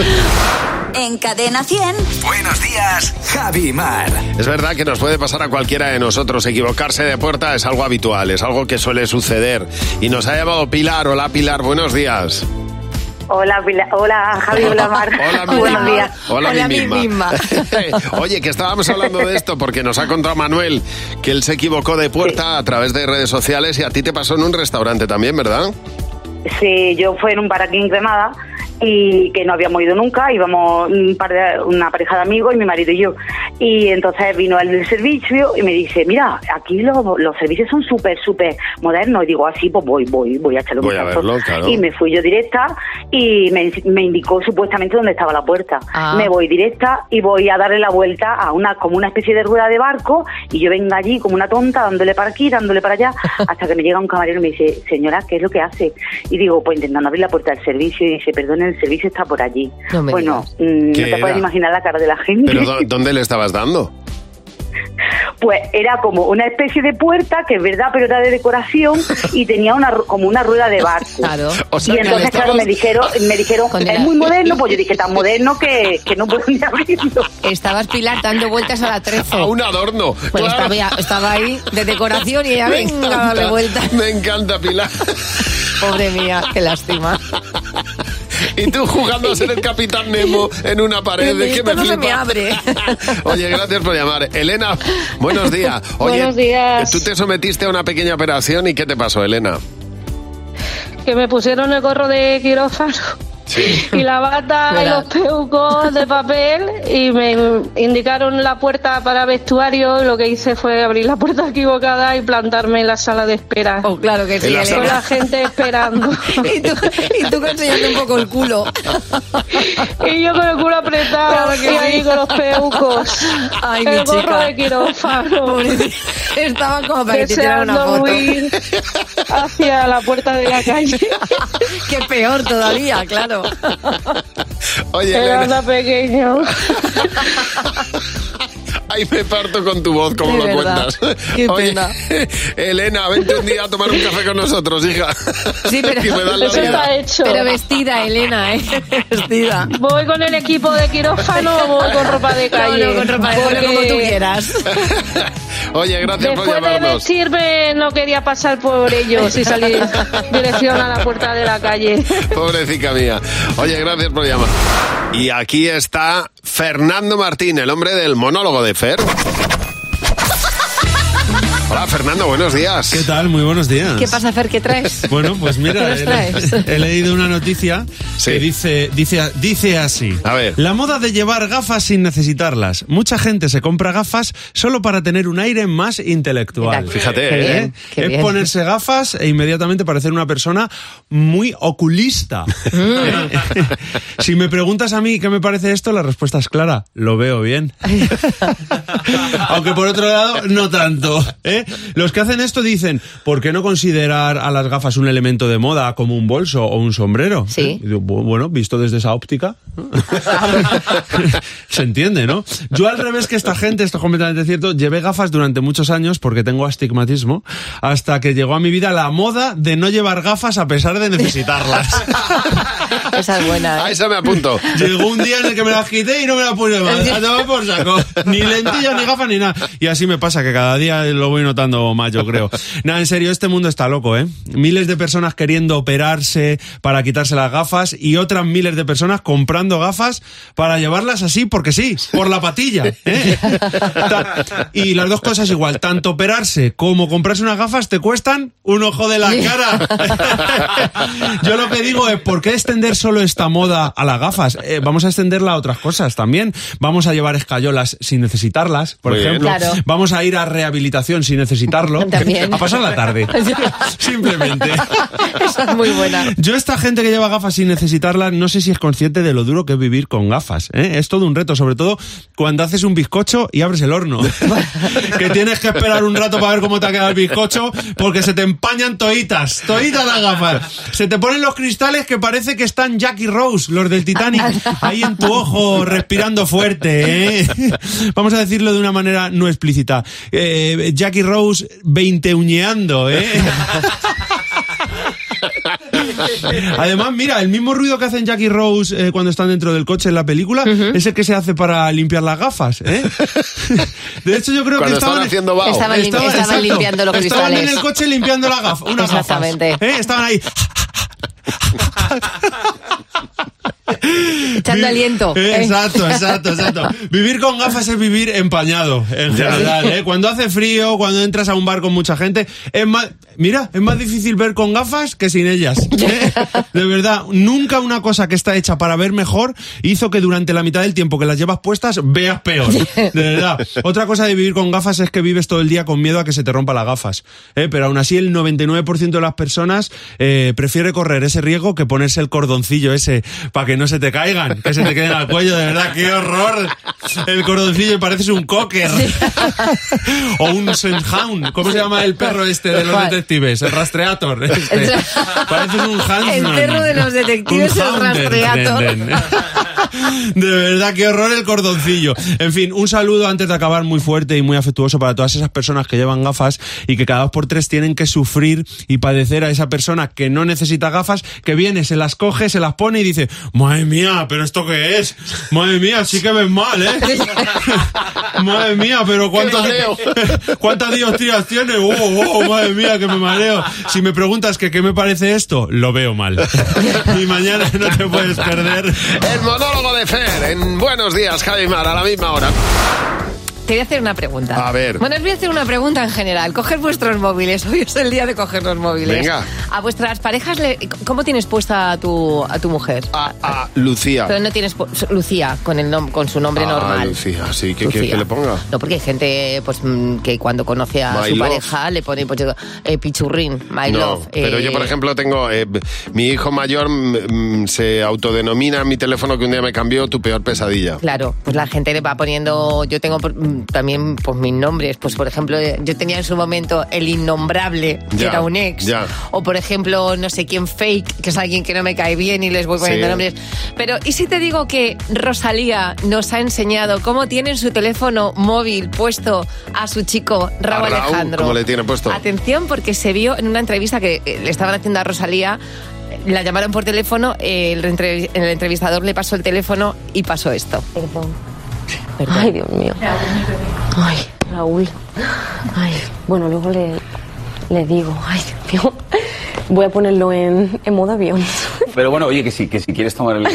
A: En Cadena 100.
B: Buenos días, Javi Mar.
C: Es verdad que nos puede pasar a cualquiera de nosotros. Equivocarse de puerta es algo habitual, es algo que suele suceder. Y nos ha llamado Pilar. Hola, Pilar, buenos días.
H: Hola, Pila- hola Javi, hola Mar.
C: Hola, mi
H: Buenos
C: misma.
H: días.
C: Hola, mi misma. Oye, que estábamos hablando de esto porque nos ha contado Manuel que él se equivocó de puerta a través de redes sociales y a ti te pasó en un restaurante también, ¿verdad?
H: Sí, yo fui en un bar aquí en Cremada y que no habíamos ido nunca, íbamos un par de- una pareja de amigos y mi marido y yo. Y entonces vino el del servicio y me dice, mira, aquí los, los servicios son súper, súper modernos. Y digo, así, pues voy, voy, voy a echarle un
C: Voy a
H: vistazo".
C: verlo, claro.
H: Y me fui yo directa y me, me indicó supuestamente dónde estaba la puerta.
K: Ah.
H: Me voy directa y voy a darle la vuelta a una como una especie de rueda de barco y yo vengo allí como una tonta dándole para aquí, dándole para allá, hasta que me llega un camarero y me dice, señora, ¿qué es lo que hace? Y digo, pues intentando abrir la puerta del servicio y dice, perdone, el servicio está por allí.
C: No me
H: bueno,
C: digas.
H: mm, no
C: ¿Qué
H: te
C: era?
H: puedes imaginar la cara de la gente.
C: Pero ¿dó- ¿dónde le estabas dando?
H: Pues era como una especie de puerta, que es verdad, pero era de decoración y tenía una ru- como una rueda de barco.
C: O sea,
H: y
C: que le
H: entonces, claro,
C: estabas-
H: me dijeron, me dijeron
D: Con
H: es
D: el-
H: muy moderno, pues yo dije, tan moderno que, que no puedo ni abrirlo.
D: Estabas, Pilar, dando vueltas a la trezo. A
C: un adorno.
D: Pues
H: claro.
D: estaba, estaba ahí de decoración y ella,
H: Me
D: venga,
H: encanta,
D: dale vueltas.
C: Me encanta, Pilar.
D: Pobre mía, qué lástima.
C: Y tú jugando a ser el capitán Nemo en una pared.
D: Pero
C: es que
D: esto
C: me
D: no se
C: flipa.
D: me abre.
C: Oye, gracias por llamar. Elena, buenos días. Oye,
M: Buenos días.
C: Tú te sometiste a una pequeña operación y ¿qué te pasó, Elena?
M: Que me pusieron el gorro de quirófano y la bata y
C: Verás.
M: los peucos de papel y me indicaron la puerta para vestuario y lo que hice fue abrir la puerta equivocada y plantarme en la sala de espera.
D: Oh, claro que
M: sí,
D: En la Elena.
M: Con
D: sala.
M: la gente esperando.
D: y tú, y tú enseñando un poco el culo.
M: Y yo con el culo apretado
D: Claro que
M: y ahí
D: sí.
M: con los peucos.
D: Ay, mi
M: el gorro
D: chica.
M: de quirófano.
D: Estaba como para que te tirara una
M: Deseando
D: foto.
M: huir hacia la puerta de la calle.
D: Qué peor todavía, claro.
C: Oye,
M: Era
C: Elena,
M: una pequeño.
C: ahí me parto con tu voz, como
M: De
C: lo
M: verdad.
C: cuentas.
M: Qué
C: Oye,
M: pena.
C: Elena, vente un día a tomar un café con nosotros, hija.
M: Sí, pero-
C: Y me das la
M: Eso
C: vida.
M: está hecho.
D: Pero vestida, Elena, ¿eh? Vestida.
M: ¿Voy con el equipo de quirófano o voy con ropa de
D: No,
M: calle?
D: no, con ropa de- bueno, como tú quieras.
C: Oye, gracias por
M: Después de
C: llamarnos.
M: vestirme no quería pasar por ellos y salir dirección a la puerta de la calle.
C: Pobrecita mía. Oye, gracias por llamar. Y aquí está Fernando Martín, el hombre del monólogo de Fer. Hola, Fernando, buenos días.
X: ¿Qué tal? Muy buenos días.
D: ¿Qué pasa, Fer? ¿Qué traes?
X: Bueno, pues
D: ¿Qué
X: mira,
D: nos
X: he,
D: traes?
X: he leído una noticia que dice, dice, dice así. A ver. La moda de llevar gafas sin necesitarlas. Mucha gente se compra gafas solo para tener un aire más intelectual.
C: Mira, Fíjate, qué ¿eh? bien, qué
X: es
C: bien.
X: ponerse gafas e inmediatamente parecer una persona muy oculista.
C: Mm.
X: si me preguntas a mí qué me parece esto, la respuesta es clara. Lo veo bien. Aunque por otro lado, no tanto. ¿eh? Los que hacen esto dicen, ¿por qué no considerar a las gafas un elemento de moda como un bolso o un sombrero?
D: Sí.
X: Y digo, bu- bueno, visto desde esa óptica, ¿no? se entiende, ¿no? Yo al revés que esta gente, esto es completamente cierto, llevé gafas durante muchos años porque tengo astigmatismo, hasta que llegó a mi vida la moda de no llevar gafas a pesar de necesitarlas.
D: Esa es buena.
C: A esa Ah, me apunto.
X: Llegó un día en el que me las quité y no me las puse más. A tomar por saco. Ni lentillas, ni gafas, ni nada. Y así me pasa, que cada día lo voy notando más, yo creo. Nada, en serio, este mundo está loco, ¿eh? Miles de personas queriendo operarse para quitarse las gafas y otras miles de personas comprando gafas para llevarlas así porque sí, por la patilla. ¿eh? Ta- Y las dos cosas igual, tanto operarse como comprarse unas gafas te cuestan un ojo de la cara. Yo lo que digo es, ¿por qué extender solo esta moda a las gafas? Eh, vamos a extenderla a otras cosas también. Vamos a llevar escayolas sin necesitarlas, por
C: Muy bien.
X: ejemplo.
C: Claro.
X: Vamos a ir a rehabilitación sin necesitarlo.
D: También.
X: A pasar la tarde. Simplemente.
D: Esa es muy buena.
X: Yo esta gente que lleva gafas sin necesitarlas, no sé si es consciente de lo duro duro que es vivir con gafas. ¿eh? Es todo un reto, sobre todo cuando haces un bizcocho y abres el horno. que tienes que esperar un rato para ver cómo te ha quedado el bizcocho, porque se te empañan toitas, toitas las gafas. Se te ponen los cristales que parece que están Jackie Rose, los del Titanic, ahí en tu ojo, respirando fuerte. ¿eh? Vamos a decirlo de una manera no explícita. Eh, Jackie Rose veinteuñeando, ¿eh? Además, mira, el mismo ruido que hacen Jackie Rose eh, cuando están dentro del coche en la película es el que se hace para limpiar las gafas. ¿eh? De hecho, yo creo que estaban,
C: Cuando estaban haciendo vaho. Estaban lim- estaban
X: exacto.
D: limpiando los
X: Estaban
D: cristales.
X: en el coche limpiando la gafa, unas gafas.
D: Exactamente.
X: ¿eh? Estaban ahí.
D: Echando aliento.
X: Eh,
D: ¿eh?
X: Exacto, exacto, exacto. Vivir con gafas es vivir empañado, en
C: Ya.
X: general. ¿eh? Cuando hace frío, cuando entras a un bar con mucha gente, es más, mira, es más difícil ver con gafas que sin ellas. ¿eh? De verdad, nunca una cosa que está hecha para ver mejor hizo que durante la mitad del tiempo que las llevas puestas veas peor. De verdad. Otra cosa de vivir con gafas es que vives todo el día con miedo a que se te rompa las gafas. ¿eh? Pero aún así el 99% de las personas eh, prefiere correr ese riesgo que ponerse el cordoncillo ese para que no se te caigan, que se te queden al cuello. De verdad, qué horror. El cordoncillo pareces un cocker. o un sandhound. ¿Cómo se llama el perro este de los
D: ¿Cuál?
X: detectives? El rastreator. este. Pareces un hound.
D: El perro de los detectives,
X: Un
D: el
X: hound.
D: rastreator.
X: De verdad, qué horror el cordoncillo. En fin, un saludo antes de acabar muy fuerte y muy afectuoso para todas esas personas que llevan gafas y que cada dos por tres tienen que sufrir y padecer a esa persona que no necesita gafas, que viene, se las coge, se las pone y dice, madre mía, pero esto qué es? Madre mía, sí que ves mal, ¿eh? Madre mía, pero cuántas, cuántas dioptrías tiene. Oh, oh, madre mía, que me mareo. Si me preguntas que qué me parece esto, lo veo mal. Y mañana no te puedes perder.
C: El monólogo de Fer en Buenos Días, Javi Mar, a la misma hora.
D: Te voy a hacer una pregunta.
C: A ver.
D: Bueno, os voy a hacer una pregunta en general. Coger vuestros móviles. Hoy es el día de coger los móviles.
C: Venga.
D: A vuestras parejas, le- ¿cómo tienes puesta a tu, a tu mujer?
C: Ah, Lucía.
D: Pero no tienes pu- Lucía con el nom- con su nombre
C: Ah,
D: normal.
C: Lucía, sí, ¿qué quieres que le ponga?
D: No, porque hay gente pues mm, que cuando conoce a
C: My
D: su
C: love.
D: pareja le pone pues, yo, eh, pichurrín, my
C: no,
D: love.
C: pero
D: eh,
C: yo, por ejemplo, tengo. eh, mi hijo mayor mm, mm, se autodenomina en mi teléfono que un día me cambió tu peor pesadilla.
D: Claro, pues la gente le va poniendo. Yo tengo por- mm, también pues mis nombres. Pues por ejemplo, eh, yo tenía en su momento el innombrable, que
C: Ya,
D: era un ex.
C: ya.
D: O por ejemplo, no sé quién fake, que es alguien que no me cae bien y les voy poniendo
C: Sí.
D: nombres. Pero, ¿y si te digo que Rosalía nos ha enseñado cómo tiene en su teléfono móvil puesto a su chico, Raúl
C: A Raúl,
D: Alejandro?
C: como le tiene puesto.
D: Atención, porque se vio en una entrevista que eh, le estaban haciendo a Rosalía. eh, La llamaron por teléfono, eh, el, entrev- el entrevistador le pasó el teléfono y pasó esto. Perdón.
K: Ay, Dios mío. Ay, Raúl. Ay, bueno, luego le, le digo, ay, Dios mío. Voy a ponerlo en, en modo avión.
O: Pero bueno, oye, que si, que si quieres tomar el,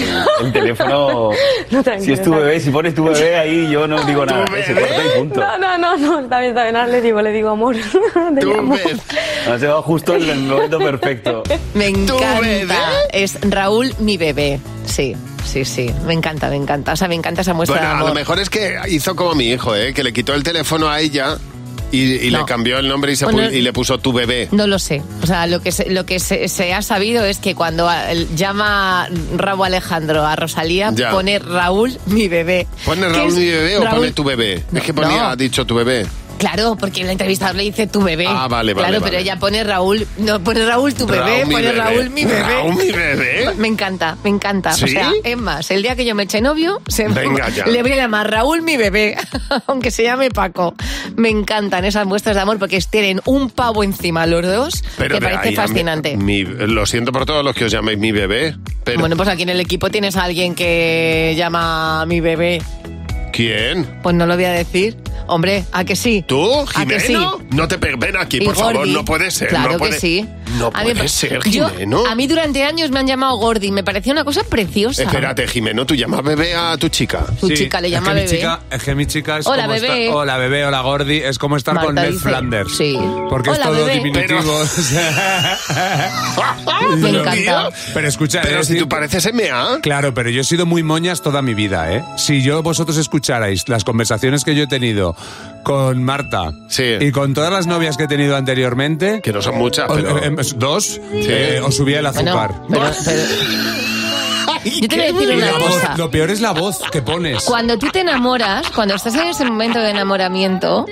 O: el teléfono,
K: No, tranquilo,
O: si es tu bebé, si pones tu bebé ahí, yo no digo nada.
K: ¿Tu
O: eh, Se corta y punto.
K: No, no, no, no, está bien, está bien. Ahora le digo, le digo amor. Te llamo.
O: Ha llegado justo en el momento perfecto.
D: Me encanta. Es Raúl, mi bebé. Sí, sí, sí. Me encanta, me encanta. O sea, me encanta esa muestra
C: Bueno,
D: de
C: a
D: amor.
C: lo mejor es que hizo como mi hijo, ¿eh? que le quitó el teléfono a ella y, y le cambió el nombre y, se pu-
D: Bueno,
C: y le puso tu bebé.
D: No lo sé. O sea, lo que se, lo que se, se ha sabido es que cuando a- el- llama Raúl Alejandro a Rosalía,
C: Ya.
D: pone Raúl, mi bebé.
C: ¿Pone
D: Que
C: Raúl
D: es
C: mi bebé o
D: Raúl-
C: pone tu bebé? es que ponía,
D: no.
C: ha dicho tu bebé.
D: Claro, porque el entrevistador le dice tu bebé.
C: Ah, vale, vale, vale.
D: Claro, pero ella pone Raúl, no pone Raúl tu bebé,
C: Raúl, mi
D: pone
C: bebé.
D: Raúl mi bebé.
C: Raúl, mi bebé.
D: Me encanta, me encanta.
C: ¿Sí?
D: O sea, es más, el día que yo me eche novio, se
C: Venga ya.
D: le voy a llamar Raúl mi bebé, aunque se llame Paco. Me encantan esas muestras de amor porque tienen un pavo encima los dos,
C: Pero de
D: que parece
C: ahí a mi-
D: fascinante.
C: mi- lo siento por todos los que os llaméis mi bebé, pero
D: Bueno, pues aquí en el equipo tienes a alguien que llama a mi bebé.
C: ¿quién?
D: Pues no lo voy a decir. Hombre, ¿a que sí?
C: ¿Tú,
D: ¿A que
C: Jimeno?
D: sí?
C: No te pe- ven aquí,
D: Y
C: por favor,
D: Gordi.
C: no puede ser.
D: Claro
C: no puede,
D: que sí.
C: No
D: A mí me
C: puede
D: pa-
C: ser,
D: Yo-
C: Jimeno.
D: a mí durante años me han llamado Gordi, me parecía una cosa preciosa.
C: Espérate, Jimeno, tú llamas bebé a tu chica.
D: Tu chica le llama
G: es que
D: bebé.
G: Mi chica, es que mi chica es
D: Hola,
G: como
D: bebé.
G: estar- hola bebé, hola gordi, es como estar
D: Marta
G: con Ned
D: dice,
G: Flanders.
D: Sí.
G: Porque
D: Hola,
G: es todo
D: bebé.
G: diminutivo. o sea.
D: Me
G: Pero-
D: encanta.
G: Pero escucha, pero si tú
C: pareces MA.
G: Claro, pero yo he sido muy moñas toda mi vida, ¿eh? Si yo vosotros escucharais las conversaciones que yo he tenido con Marta y con todas las novias que he tenido anteriormente, em,
C: que no son muchas, pero-
G: dos, eh, os subía el azúcar.
D: Bueno, pero- pero- Yo te voy a decir
G: Y
D: una
G: la voz-
D: cosa.
G: lo peor es la voz que pones.
D: Cuando tú te enamoras, cuando estás en ese momento de enamoramiento,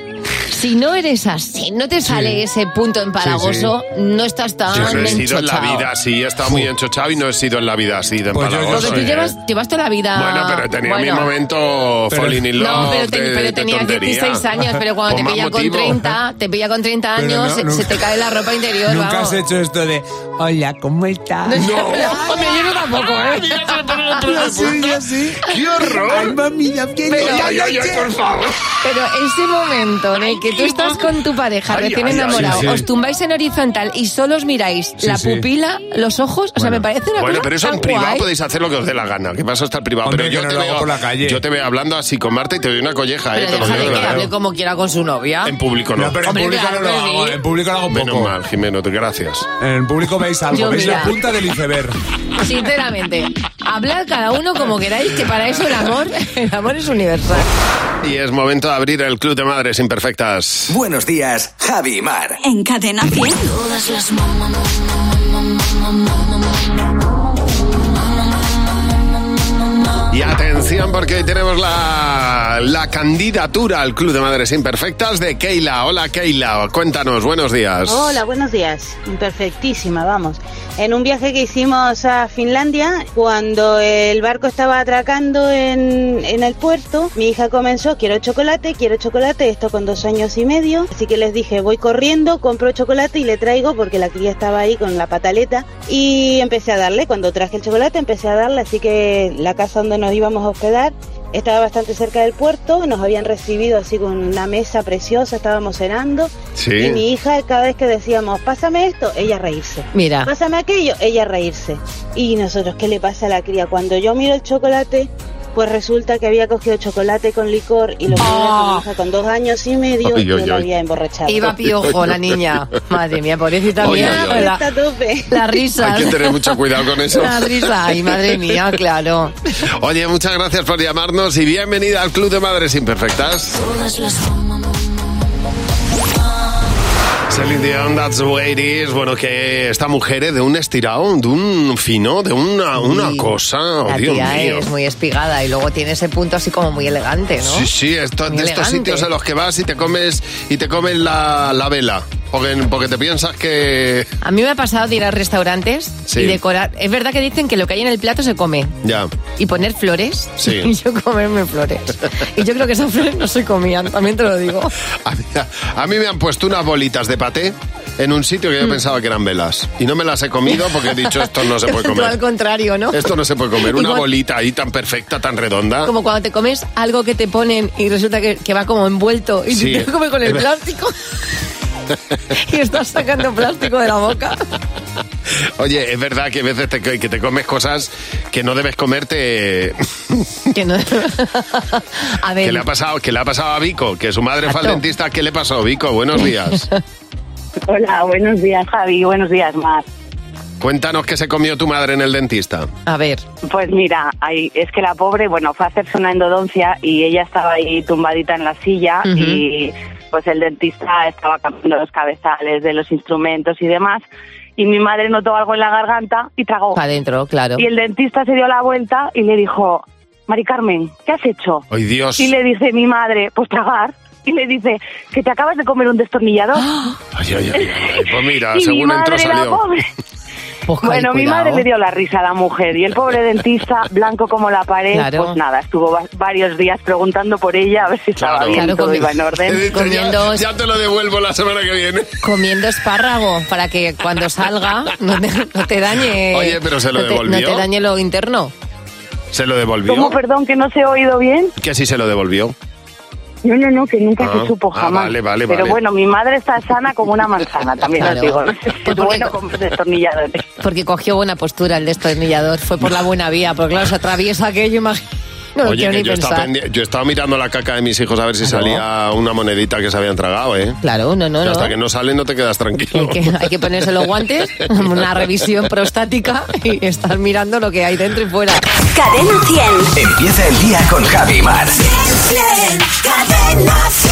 D: si no eres así, no te sale ese punto empalagoso, no estás tan
C: Yo no he sido en la
D: enchochao.
C: vida así, he estado muy enchochado y no he sido en la vida así de
G: Pues
C: empalagoso,
D: Porque tú
C: ¿eh?
D: llevas, llevas toda la vida.
C: Bueno, pero tenía
D: Bueno.
C: mi momento falling in love.
D: No, pero, ten-
C: de-
D: pero
C: de
D: tenías
C: tontería.
D: 16 años, pero cuando
C: Con
D: te
C: más
D: pilla con
C: motivo.
D: 30, te pilla con 30
G: Pero
D: años,
G: no,
D: se-
G: nunca-
D: se te cae la ropa interior,
G: Nunca has
D: vamos.
G: hecho esto de hola, ¿cómo estás?
D: Hombre, yo no tampoco, ¿eh?
G: Yo sí, yo sí. ¡Qué horror! Ay, mami, ya que
D: Pero-
G: Ay, ay, ay, por favor.
D: Pero ese momento en el que tú estás con tu pareja
G: Ay,
D: recién
G: ay, ay,
D: enamorado,
G: sí, sí.
D: os tumbáis en horizontal y solo os miráis
C: Sí,
D: la
C: sí.
D: pupila, los ojos, o sea, me parece una
C: Bueno,
D: cosa
C: pero eso
D: tan
C: en privado
D: guay.
C: podéis hacer lo que os dé la gana. Que pasa estar privado.
G: Hombre,
C: pero
G: que
C: yo
G: no
C: te,
G: lo hago
C: veo,
G: por la calle.
C: yo te veo hablando así con Marta y te doy una colleja. eh,
D: Pero
C: te lo
D: déjale
C: digo de
D: que hable
C: verdad.
D: como quiera con su novia.
C: En público no.
G: No, pero en
D: Hombre,
G: público
D: claro
G: no lo
D: que
G: hago.
D: sí.
G: En público lo hago un poco.
C: Menos mal, Jimeno, te- gracias.
G: En público veis algo,
D: Yo,
G: veis
D: mira.
G: la punta del iceberg.
D: Sinceramente, hablad cada uno como queráis, que para eso el amor, el amor es universal.
C: Y es momento de abrir el Club de Madres Imperfectas.
B: Buenos días, Javi y Mar.
A: En Cadena 100.
C: Y atención porque hoy tenemos la, la candidatura al Club de Madres Imperfectas de Keila. Hola Keila, cuéntanos, buenos días.
P: Hola, buenos días. Imperfectísima, vamos. En un viaje que hicimos a Finlandia, cuando el barco estaba atracando en, en el puerto, mi hija comenzó, quiero chocolate, quiero chocolate, esto con dos años y medio. Así que les dije, voy corriendo, compro chocolate y le traigo porque la cría estaba ahí con la pataleta. Y empecé a darle, cuando traje el chocolate empecé a darle, así que la casa donde nos íbamos a hospedar estaba bastante cerca del puerto, nos habían recibido así con una mesa preciosa, estábamos cenando.
C: Sí.
P: Y mi hija, cada vez que decíamos, pásame esto, ella reírse.
D: Mira.
P: Pásame aquello, ella reírse. Y nosotros, ¿qué le pasa a la cría? Cuando yo miro el chocolate, pues resulta que había cogido chocolate con licor y lo que era que mi hija con dos años y medio
D: Ay,
P: yo
D: ay,
P: la
D: ay.
P: había emborrachado.
D: Ah. Iba piojo la niña. Madre mía, pobrecita
P: Oye,
D: mía.
P: oye, oye.
D: La, la risa.
C: Hay que tener mucho cuidado con eso.
D: La risa. Ay, madre mía, claro.
C: Oye, muchas gracias por llamarnos y bienvenida al Club de Madres Imperfectas. Celine Dion, That's the way it is. Bueno, que esta mujer es de un estirado, de un fino, de una, una
D: Sí.
C: cosa. oh,
D: La
C: Dios
D: tía
C: mío.
D: es muy espigada y luego tiene ese punto así como muy elegante, ¿no?
C: Sí, sí, esto-
D: Muy
C: de estos
D: elegante.
C: sitios a los que vas y te comes y te comes la, la vela. Porque, porque te piensas que.
D: A mí me ha pasado de ir a restaurantes
C: Sí.
D: y decorar. Es verdad que dicen que lo que hay en el plato se come.
C: Ya.
D: Y poner flores.
C: Sí.
D: Y yo comerme flores. Y yo creo que esas flores no se comían, también te lo digo.
C: A mí, a mí me han puesto unas bolitas de paté en un sitio que
D: Mm.
C: yo pensaba que eran velas. Y no me las he comido porque he dicho esto no se puede
D: Tú al
C: comer.
D: contrario, ¿no?
C: Esto no se puede comer. Una
D: Igual-
C: bolita ahí tan perfecta, tan redonda.
D: Como cuando te comes algo que te ponen y resulta que, que va como envuelto y
C: Sí.
D: te lo comes con el
C: Es verdad.
D: plástico. y estás sacando plástico de la boca.
C: Oye, es verdad que a veces te, que te comes cosas que no debes comerte.
D: Que no. a ver.
C: Que le ha pasado, que le ha pasado a Vico, que su madre fue al
P: Exacto.
C: dentista. ¿Qué le pasó, Vico? Buenos días.
P: Hola, buenos días Javi, buenos días Mar.
C: Cuéntanos qué se comió tu madre en el dentista.
D: A ver.
P: Pues mira, ahí, es que la pobre, bueno, fue a hacerse una endodoncia y ella estaba ahí tumbadita en la silla
Q: Ujú.
P: y pues el dentista estaba cambiando los cabezales de los instrumentos y demás. Y mi madre notó algo en la garganta y tragó.
D: Para adentro, claro.
P: Y el dentista se dio la vuelta y le dijo, Mari Carmen, ¿qué has hecho?
C: Ay, Dios.
P: Y le dice mi madre, pues tragar. Y le dice, que te acabas de comer un destornillador.
D: ¡Ah!
C: Ay, ay, ay, ay. Pues mira,
P: y mi
C: según
P: madre,
C: entró
P: la
C: salió.
P: pobre, bueno, mi madre le dio la risa a la mujer y el pobre dentista, blanco como la pared,
D: Claro.
P: pues nada, estuvo va- varios días preguntando por ella a ver si estaba bien,
D: Claro,
P: todo
D: comi-
P: iba en orden.
D: comiendo,
C: Eh, Ya te lo devuelvo la semana que viene.
D: comiendo espárrago para que cuando salga no te, no te dañe.
C: Oye, pero se lo
D: no te-
C: devolvió.
D: no te dañe lo interno.
C: ¿Se lo devolvió?
P: ¿Cómo, perdón, que no se ha oído bien?
C: Que sí se lo devolvió.
P: No, no, no, que nunca
C: Ah,
P: se supo
C: ah,
P: jamás.
C: vale, vale,
P: Pero
C: vale.
P: bueno, mi madre está sana como una manzana, también
D: Claro.
P: os digo. Es bueno con destornilladores.
D: Porque cogió buena postura el destornillador. Fue por la buena vía. Porque claro, se atraviesa aquello, imagino. No lo
C: Oye,
D: quiero
C: que
D: ni
C: yo estaba,
D: pensar.
C: pendi- yo estaba mirando la caca de mis hijos a ver si salía una monedita que se habían tragado, ¿eh?
D: Claro, no, no,
C: Que Hasta
D: no.
C: que no sale no te quedas tranquilo.
D: Que hay que ponerse los guantes, una revisión prostática y estar mirando lo que hay dentro y fuera.
A: Cadena 100.
B: Empieza el día con Javi y Mar.
A: Cadena 100.